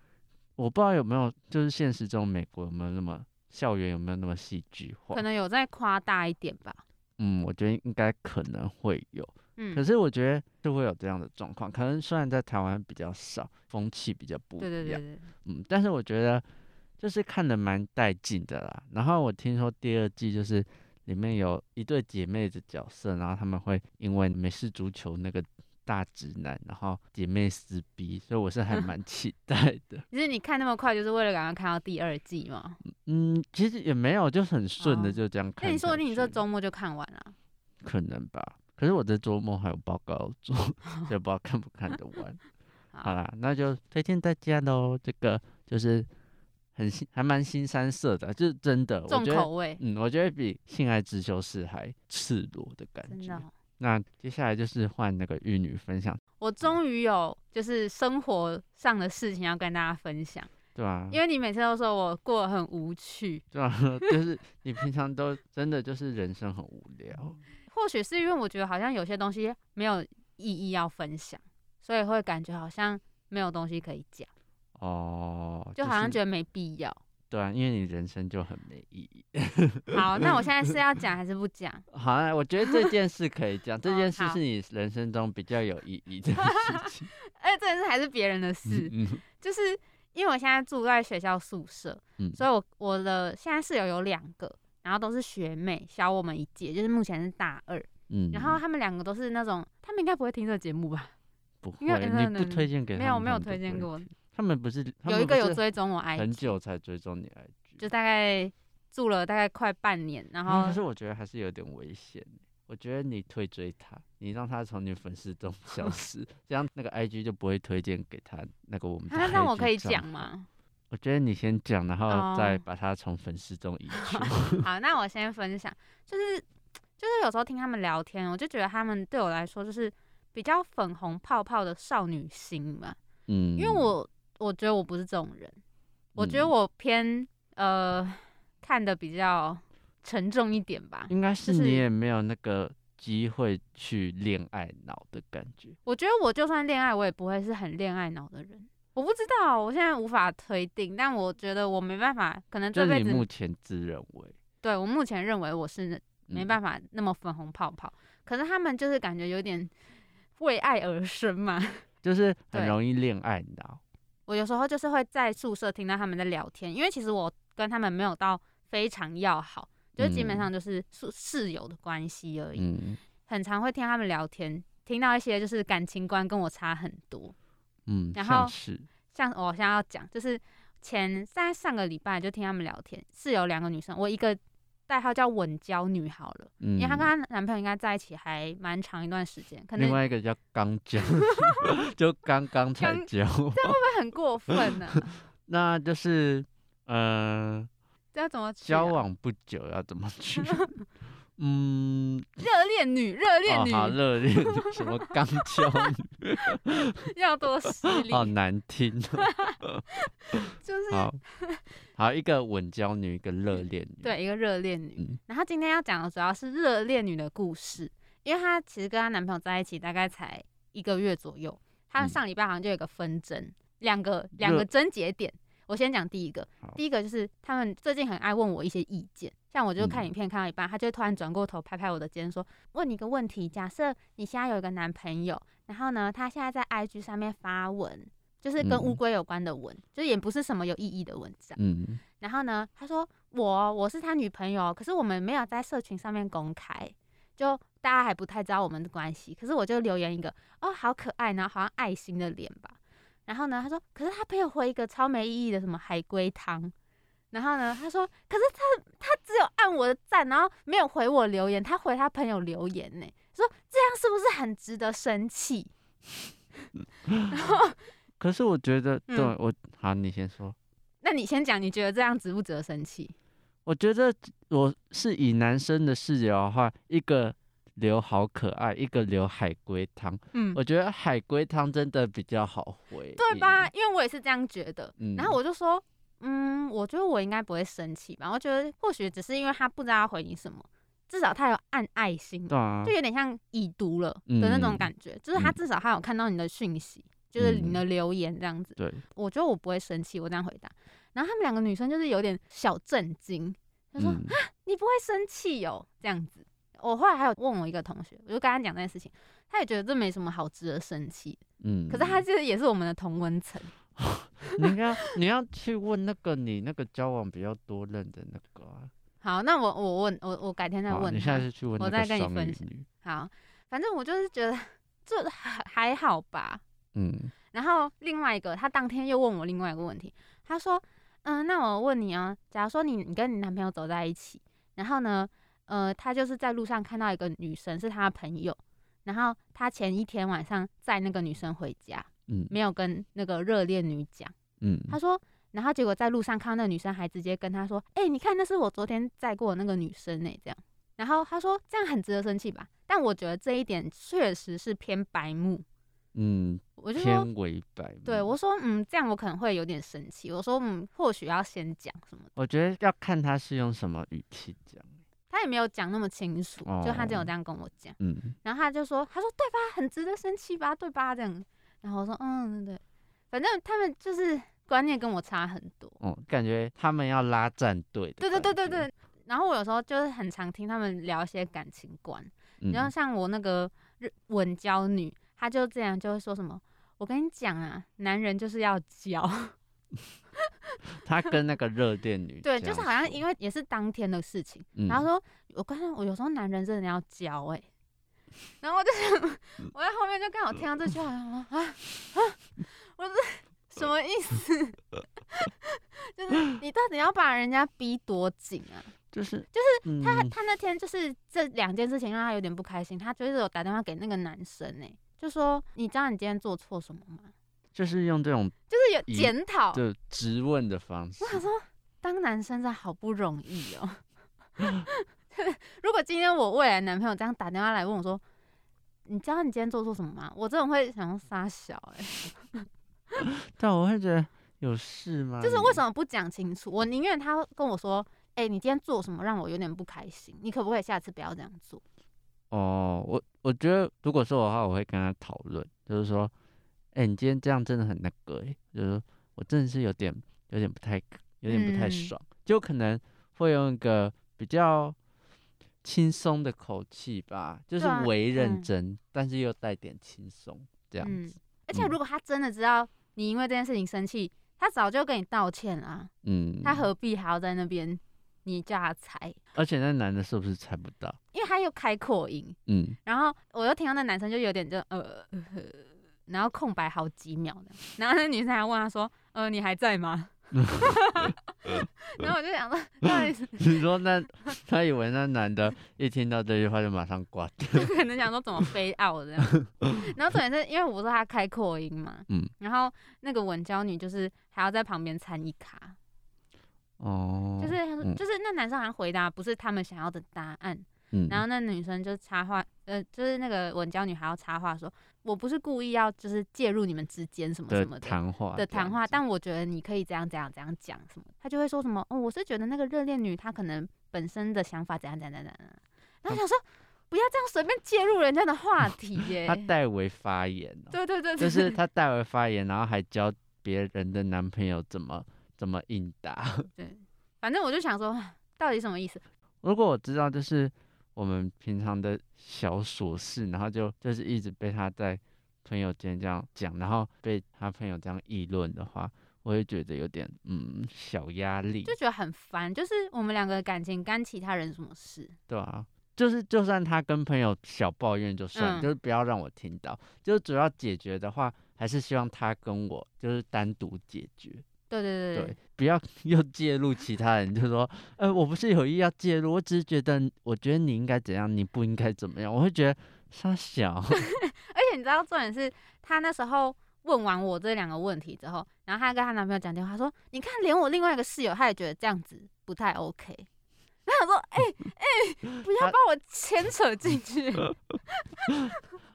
S2: 我不知道有没有就是现实中美国有没有那么校园有没有那么戏剧化
S1: 可，能有再夸大一点吧。
S2: 嗯，我觉得应该可能会有。
S1: 嗯，
S2: 可是我觉得就会有这样的状况，可能虽然在台湾比较少，风气比较不一
S1: 对对对
S2: 样，
S1: 对，
S2: 嗯，但是我觉得就是看的蛮带劲的啦。然后我听说第二季就是里面有一对姐妹的角色，然后他们会因为美式足球那个大直男，然后姐妹撕逼，所以我是
S1: [LAUGHS]
S2: 还蛮期待的。
S1: 其实你看那么快，就是为了赶快看到第二季嘛。
S2: 嗯，其实也没有，就很顺的
S1: 哦
S2: 就这样看下去了。
S1: 那你说不定你这周末就看完了？
S2: 可能吧？可是我这周末还有报告要做， [LAUGHS] 也不知道看不看得完。好
S1: 好，
S2: 啦，那就推荐大家喽。这个就是很新，还蛮新三色的，啊就是真的，我
S1: 重
S2: 觉得
S1: 口，味，
S2: 嗯，我觉得比《性爱之修士》还赤裸的感
S1: 真
S2: 觉
S1: 的。哦。
S2: 那接下来就是换那个玉女分享，
S1: 我终于有就是生活上的事情要跟大家分享，
S2: 对吧、
S1: 因为你每次都说我过得很无趣，
S2: 对吧、啊？ [LAUGHS] 就是你平常都真的就是人生很无
S1: 嗯
S2: 聊，
S1: 或许是因为我觉得好像有些东西没有意义要分享，所以会感觉好像没有东西可以讲，
S2: 哦，
S1: 就好像
S2: 是
S1: 觉得没必要。
S2: 对啊，因为你人生就很没意义。 [LAUGHS]
S1: 好，那我现在是要讲还是不讲？
S2: 好、啊，我觉得这件事可
S1: [LAUGHS]
S2: 以讲，这
S1: 哦
S2: 件事
S1: 好
S2: 是你人生中比较有意义
S1: [LAUGHS]
S2: 的事情。
S1: 哎、这件事还是别人的事，
S2: 嗯，嗯
S1: 就是因为我现在住在学校宿舍，
S2: 嗯
S1: 所以我我的现在室友有两个，然后都是学妹，小我们一届，就是目前是大二。
S2: [LAUGHS] 嗯
S1: 然后他们两个都是那种，他们应该不会听这个节目吧？
S2: 不
S1: 应该
S2: 会，
S1: 没有
S2: 你不推荐给他
S1: 呃没
S2: 们，
S1: 有，没有
S2: 他
S1: 推
S2: 们都
S1: 荐
S2: 不会
S1: 给。我。
S2: 他们不是他
S1: 有
S2: 们
S1: 一个
S2: 不
S1: 有
S2: 是
S1: 追踪我
S2: 很
S1: IG，
S2: 久才追踪你 IG，
S1: 就大概住了大概快半年，然后
S2: 嗯可是我觉得还是有点危险。我觉得你退追他，你让他从你粉丝中 [LAUGHS]
S1: [LAUGHS]
S2: 消失，这样那个 IG 就不会推荐给他那个我们的。
S1: 他啊让我可以讲？吗？
S2: 我觉得你先讲，然后再
S1: 哦
S2: 把他从粉丝中移去。 [LAUGHS]
S1: 好，那我先分享，就是就是有时候听他们聊天，我就觉得他们对我来说就是比较粉红泡泡的少女心吧，[LAUGHS]
S2: 嗯，
S1: 因为我我觉得我不是这种人，我觉得
S2: 嗯
S1: 我偏呃看的比较沉重一点吧。
S2: 应该是
S1: 就是
S2: 你也没有那个机会去恋爱脑的感觉。
S1: 我觉得我就算恋爱，我也不会是很恋爱脑的人。我不知道，我现在无法推定，但我觉得我没办法，可能
S2: 就
S1: 这
S2: 是
S1: 辈
S2: 你
S1: 子
S2: 目前自认为，嗯
S1: 对我目前认为我是没办
S2: 法，
S1: 法那么粉红泡泡。可是他们就是感觉有点为爱而生嘛。
S2: 就是很
S1: 对
S2: 容易恋爱脑。
S1: 我有时候就是会在宿舍听到他们在聊天，因为其实我跟他们没有到非常要好，就是基本
S2: 嗯
S1: 上就是宿室友的关系而已。
S2: 嗯
S1: 很常会听他们聊天，听到一些就是感情观跟我差很多。
S2: 嗯，
S1: 然
S2: 像
S1: 后
S2: 是
S1: 像我现在要讲，就是前在上个礼拜就听他们聊天，是有两个女生，我一个代号叫稳交女好了，
S2: 嗯，
S1: 因为她跟她男朋友应该在一起还蛮长一段时间，可能
S2: 另
S1: 会
S2: 外一个叫刚
S1: [LAUGHS]
S2: 交，就刚刚才
S1: 刚
S2: 交，
S1: 不会很过分呢、
S2: [LAUGHS] 那就是呃，
S1: [LAUGHS] 这要怎么
S2: [LAUGHS]
S1: 取啊
S2: 交往不久要怎么
S1: [LAUGHS]
S2: 去？嗯，
S1: 热恋女，热 [LAUGHS] 恋
S2: 哦，
S1: 女、
S2: 好热烈，什么
S1: [LAUGHS]
S2: 刚交
S1: 要多
S2: [LAUGHS]
S1: 犀利，
S2: 好难听哦。
S1: 就是
S2: 好，好一个稳交女，一
S1: [LAUGHS]
S2: 个热恋女。，
S1: 对一个热恋女。
S2: 嗯
S1: 然后今天要讲的主要是热恋女的故事，因为她其实跟她男朋友在一起大概才一个月左右，他们
S2: 嗯
S1: 上礼拜好像就有个纷争，两个两个
S2: 热
S1: 争节点。我先讲第一个
S2: 好，
S1: 第一个就是他们最近很爱问我一些意见，像我就看
S2: 嗯
S1: 影片看到一半，他就会突然转过头拍拍我的肩说：“问你一个问题，假设你现在有一个男朋友，然后呢，他现在在 IG 上面发文，就是跟乌
S2: 嗯
S1: 龟有关的文，就也不是什么有意义的文章。”
S2: 嗯
S1: 然后呢，他说我我是他女朋友，可是我们没有在社群上面公开，就大家还不太知道我们的关系。可是我就留言一个哦，好可爱，然后好像爱心的脸吧。然后呢，他说，可是他朋友回一个超没意义的什么海龟汤。然后呢，他说，可是他他只有按我的赞，然后没有回我留言，他回他朋友留言呢，说这样是不是很值得生气？
S2: 可是我觉得，
S1: 嗯
S2: 对我好，你先说。
S1: 那你先讲，你觉得这样值不值得生气？
S2: 我觉得我是以男生的视角的话，一个留好可爱，一个留海龟汤。
S1: 嗯，
S2: 我觉得海龟汤真的比较好回，
S1: 对吧？？因为我也是这样觉得。
S2: 嗯
S1: 然后我就说，嗯，我觉得我应该不会生气吧。我觉得或许只是因为他不知道要回你什么，至少他有按爱心，
S2: 对啊
S1: 就，有点像已读了的那种
S2: 嗯
S1: 感觉。就是他
S2: 嗯
S1: 至少他有看到你的讯息，就是你的留言这样子。
S2: 对，
S1: 我觉得我不会生气，我这样回答。然后他们两个女生就是有点小震惊，她说：“
S2: 嗯
S1: 你不会生气哦，这样子。我后来还有问我一个同学，我就跟他讲这件事情，他也觉得这没什么好值得生气。
S2: 嗯。
S1: 可是他其实也是我们的同温层，
S2: 你应该你要去问那个你那个交往比较多任的那个啊、
S1: 好，那我我问我我改天再
S2: 好啊
S1: 问
S2: 你
S1: 他
S2: 下次去问
S1: 我
S2: 那
S1: 再
S2: 个
S1: 跟你
S2: 双
S1: 分
S2: 鱼
S1: 享
S2: 女，
S1: 好，反正我就是觉得这还还好吧。
S2: 嗯，
S1: 然后另外一个，他当天又问我另外一个问题，他说：“嗯，那我问你啊，假如说你你跟你男朋友走在一起，然后呢，呃，他就是在路上看到一个女生是他的朋友，然后他前一天晚上载那个女生回家，
S2: 嗯
S1: 没有跟那个热恋女讲。”
S2: 嗯，
S1: 他说，然后结果在路上看到那个女生，还直接跟他说：“哎、你看那是我昨天载过的那个女生呢、这样，然后他说这样很值得生气吧？但我觉得这一点确实是偏白目。
S2: 嗯，
S1: 我就说，
S2: 偏为白，
S1: 对我，说，嗯，这样我可能会有点生气。我说，嗯，或许要先讲什么的。
S2: 我觉得要看他是用什么语气讲，
S1: 他也没有讲那么清楚，就他只有
S2: 哦
S1: 这样跟我讲。
S2: 嗯，
S1: 然后他就说，他说对吧，很值得生气吧，对吧？这样。然后我说，嗯，对，反正他们就是观念跟我差很多。
S2: 哦、感觉他们要拉战队的，
S1: 对对对对，对。然后我有时候就是很常听他们聊一些感情观，
S2: 嗯、
S1: 然后像我那个日稳交女，她就这样就会说什么：“我跟你讲啊，男人就是要交。 [LAUGHS]
S2: 他跟那个热恋女”
S1: 对，就是好像因
S2: 为，
S1: 为也是当天的事情，
S2: 嗯、
S1: 然后说：“我刚才我有时候男人真的要交哎、欸然后我就是
S2: 嗯
S1: 我在后面就刚好听到这句话，我想说啊啊，我这什么意思？ [LAUGHS] 就是你到底要把人家逼多紧啊？
S2: 就是
S1: 就
S2: 就
S1: 是他、
S2: 嗯
S1: 他那天就是这两件事情让他有点不开心，他就是有打电话给那个男生呢、就说你知道你今天做错什么吗？
S2: 就是用这种
S1: 就是有
S2: 以
S1: 检讨。
S2: 就质问的方式 [LAUGHS]
S1: 我，想说，当男生真的好不容易哦、如果今天我未来男朋友这样打电话来问我说，你知道你今天做错什么吗？我真的会想要撒小哎、
S2: 但我会觉得有事吗？
S1: 就是为
S2: 么？
S1: 什么不讲清楚？我宁愿他跟我说哎、你今天做什么让我有点不开心？你可不可以下次不要这样做？
S2: 哦，我我觉得如果是我的话，我会跟他讨论，就是说，哎、你今天这样真的很那个、欸，就是说我真的是有点有点不太有点不太
S1: 嗯
S2: 爽，就可能会用一个比较轻松的口气吧，就是
S1: 对啊
S2: 为认
S1: 嗯
S2: 真，但是又带点轻松这样
S1: 嗯
S2: 子，，
S1: 而且
S2: 嗯
S1: 如果他真的知道你因为这件事情生气，他早就跟你道歉啦、
S2: 嗯，
S1: 他何必还要在那边你叫他猜？
S2: 而且那男的是不是猜不到？
S1: 因为他又开扩音，
S2: 嗯， [LAUGHS]
S1: 然后我又听到那男生就有点就呃呃，呃然后空白好几秒的，然后那女生还问他说：“呃，你还在吗？” [LAUGHS] 然后我就想说，到底是
S2: 你说
S1: [LAUGHS]
S2: 那他以为那男的一听到这句话就马上挂掉，
S1: 就可能想说怎么飞奥这样。然后重点是因为我说他开扩音嘛，
S2: 嗯
S1: 然后那个稳娇女就是还要在旁边参一卡，
S2: 哦，
S1: 就是他说
S2: 嗯
S1: 就是那男生好像回答不是他们想要的答案，
S2: 嗯，
S1: 然后那女生就插话，呃，就是那个稳娇女还要插话说，我不是故意要就是介入你们之间什么什么
S2: 的
S1: 的。
S2: 谈话
S1: 的
S2: 这样
S1: 谈话，
S2: 子
S1: 但我觉得你可以这样这样这样讲什么，她就会说什么哦，我是觉得那个热恋女她可能本身的想法怎样怎样怎样，怎样然后想说不要这样随便介入人家的话
S2: [LAUGHS]
S1: 题耶
S2: 他，代为发言、哦，
S1: 对对对，
S2: [LAUGHS] 就
S1: 对
S2: 是他代为发言，然后还教别人的男朋友怎么怎么应答。 [LAUGHS]
S1: 反正我就想说到底什么意思，
S2: 如果我知道，就是我们平常的小琐事，然后就就是一直被他在朋友间这样讲，然后被他朋友这样议论的话，我会觉得有点嗯小压力
S1: 就，觉得很烦，就是我们两个的感情干其他人什么事，
S2: 对啊。就是，就算他跟朋友小抱怨就算，
S1: 嗯
S2: 就是不要让我听到。就是主要解决的话，还是希望他跟我就是单独解决。
S1: 对对对
S2: 对，不要 [LAUGHS] 又介入其他人，就说，呃，我不是有意要介入，我只是觉得你，我觉得你应该怎样，你不应该怎么样，我会觉得他小， [LAUGHS]
S1: 而且你知道重点是，她那时候问完我这两个问题之后，然后她跟她男朋友讲电话她说：“你看，连我另外一个室友，她也觉得这样子不太 OK。”然后我说：“哎、哎、不要
S2: 她嗯
S1: 把我牵扯进
S2: [LAUGHS]
S1: 去。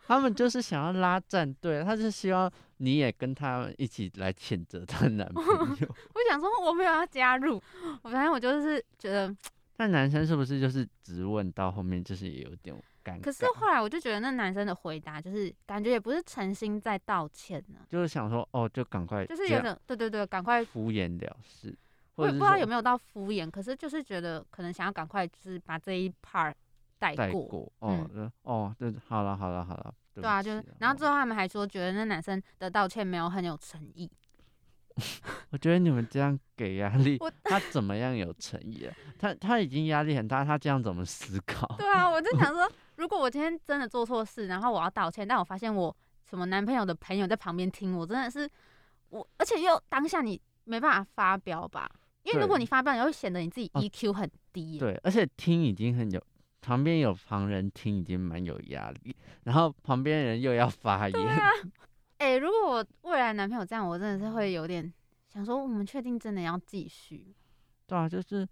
S2: 他们就是想要拉战队，啊他是希望你也跟他们一起来谴责她男朋
S1: [LAUGHS]
S2: 友。”
S1: 我想说我没有要加入，我反正我就是觉得，
S2: 那男生是不是就是直问到后面就是也有点尴尬？
S1: 可是后来我就觉得那男生的回答就是感觉也不是诚心在道歉呢、
S2: 就是想说，哦，就赶快
S1: 就是
S2: 这
S1: 有
S2: 样
S1: 点对对对，赶快。
S2: 敷衍了事，
S1: 我
S2: 或
S1: 也
S2: 者
S1: 不知
S2: 是
S1: 道有
S2: 没
S1: 没有到敷衍，可是就是觉得可能想要赶快就是把这一 part 带
S2: 带
S1: 过，嗯
S2: 过哦、呃哦，对，好了好了好了，对
S1: 对啊，
S2: 不
S1: 就是
S2: 起，
S1: 然后
S2: 哦
S1: 最后他们还说，觉得那男生的道歉没有很有诚意。
S2: 我觉得你们这样给压力
S1: 我，
S2: 他怎么样有诚意啊？他他已经压力很大，他这样怎么思考？
S1: 对 [LAUGHS] 啊，我就想说，如果我今天真的做错事，然后我要道歉，但我发现我什么男朋友的朋友在旁边听，我真的是我，而且又当下你没办法发飙吧，因为如果
S2: 对
S1: 你发飙，你会显得你自己
S2: 哦
S1: EQ 很低啊耶、
S2: 对，而且听已经很有，旁边有旁人听已经蛮有压力，然后旁边人又要发言，
S1: [LAUGHS] 哎、如果我未来男朋友这样，我真的是会有点想说，我们确定真的要继续，
S2: 对啊，就是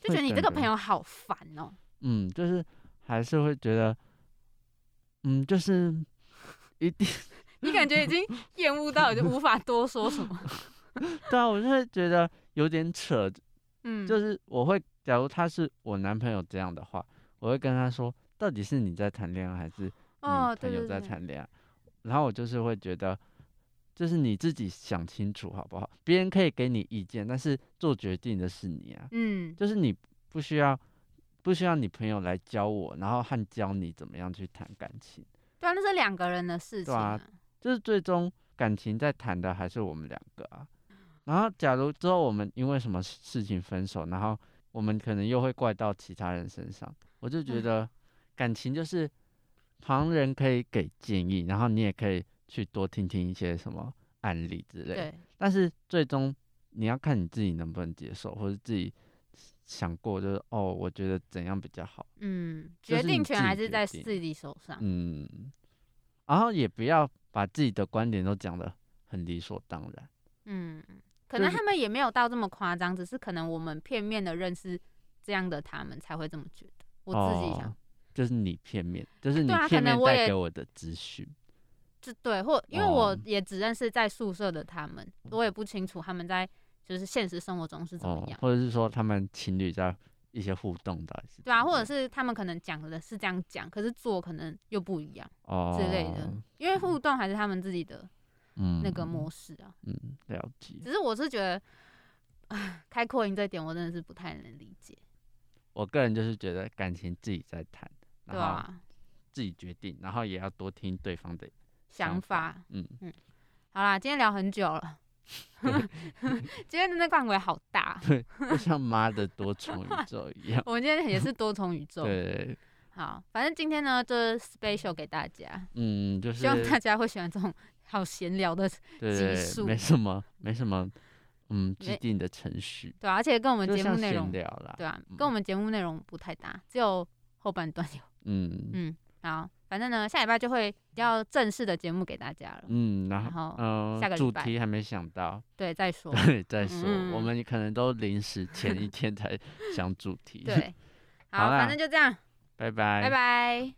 S1: 就觉
S2: 会
S1: 得你
S2: 感
S1: 这个
S2: 觉
S1: 朋友好烦哦、
S2: 嗯，就是还是会觉得，嗯，就是一定
S1: [LAUGHS] 你感觉已 [LAUGHS] 经厌恶到，你就无法多说什 [LAUGHS] 么。
S2: 对啊，我就会觉得有点扯，
S1: 嗯，
S2: 就是我会，假如他是我男朋友这样的话，我会跟他说，到底是你在谈恋爱还是
S1: 哦，
S2: 你
S1: 对
S2: 嗯朋友
S1: 对
S2: 在
S1: 对，
S2: 谈恋爱，然后我就是会觉得，就是你自己想清楚好不好？别人可以给你意见，但是做决定的是你啊，
S1: 嗯，
S2: 就是你不需要不需要你朋友来教我，然后和教你怎么样去谈感情，
S1: 对啊，那是两个人的事情、
S2: 对啊就是最终感情在谈的还是我们两个啊。然后假如之后我们因为什么事情分手，然后我们可能又会怪到其他人身上，我就觉
S1: 唉
S2: 得感情就是旁人可以给建议，然后你也可以去多听听一些什么案例之类的。
S1: 对，
S2: 但是最终你要看你自己能不能接受，或者自己想过，就是哦，我觉得怎样比较好。
S1: 嗯，
S2: 就
S1: 决
S2: 是
S1: 定
S2: 你
S1: 权
S2: 自己
S1: 还是
S2: 决
S1: 在
S2: 定
S1: 自己手上。
S2: 嗯，然后也不要把自己的观点都讲得很理所当然。
S1: 嗯，可
S2: 就
S1: 能
S2: 是
S1: 他们也没有到这么夸张，只是可能我们片面的认识这样的他们才会这么觉得。我自己想，
S2: 哦就是你片面，就是你
S1: 对啊可
S2: 片面
S1: 能我
S2: 带
S1: 也
S2: 给我的资讯。
S1: 就对，或因为我
S2: 哦
S1: 也只认识在宿舍的他们，我也不清楚他们在就是现实生活中是怎么
S2: 哦
S1: 样，，
S2: 或者是说他们情侣在一些互动到底是
S1: 对啊，
S2: 怎么
S1: 或者
S2: 样
S1: 是他们可能讲的是这样讲，可是做可能又不一样，
S2: 哦
S1: 之类的因为互动还是他们自己的
S2: 嗯，
S1: 那个模式啊。
S2: 嗯，了解。
S1: 只是我是觉得，唉开扩音这一点我真的是不太能理解，
S2: 我个人就是觉得感情自己在谈，
S1: 对啊
S2: 然
S1: 吧、
S2: 后自己决定，然后也要多听对方的，
S1: 想
S2: 想法
S1: 法，
S2: 嗯
S1: 好啦，今天聊很久
S2: [LAUGHS]
S1: 了， [LAUGHS] 今天的那范围好大，
S2: 就像妈的多重宇宙一样
S1: [LAUGHS] 。我们今天也是多重宇宙。
S2: 对，
S1: 好，反正今天呢，就是 special 给大家，
S2: 嗯，就是
S1: 希望大家会喜欢这种好闲聊的，
S2: 对
S1: 技
S2: 对
S1: 术
S2: 没什么，没什么，嗯，既
S1: 没
S2: 定的程序，
S1: 对啊、而且跟我们
S2: 就
S1: 节目
S2: 像
S1: 内容
S2: 闲，聊啦。
S1: 对啊，
S2: 嗯
S1: 跟我们节目内容不太搭，只有后半段有。
S2: 嗯
S1: 嗯，好，反正呢，下礼拜就会比较正式的节目给大家了。
S2: 嗯，然
S1: 然
S2: 后
S1: 后
S2: 嗯
S1: 下个，礼
S2: 主
S1: 拜
S2: 题还没想到，
S1: 对，再说，
S2: 对，再说，我
S1: 嗯
S2: 们可能都临时前一天才想主题。，
S1: [LAUGHS] 对，
S2: [LAUGHS] 好
S1: 好，
S2: 啦
S1: 反正就这样，
S2: 拜拜，
S1: 拜拜。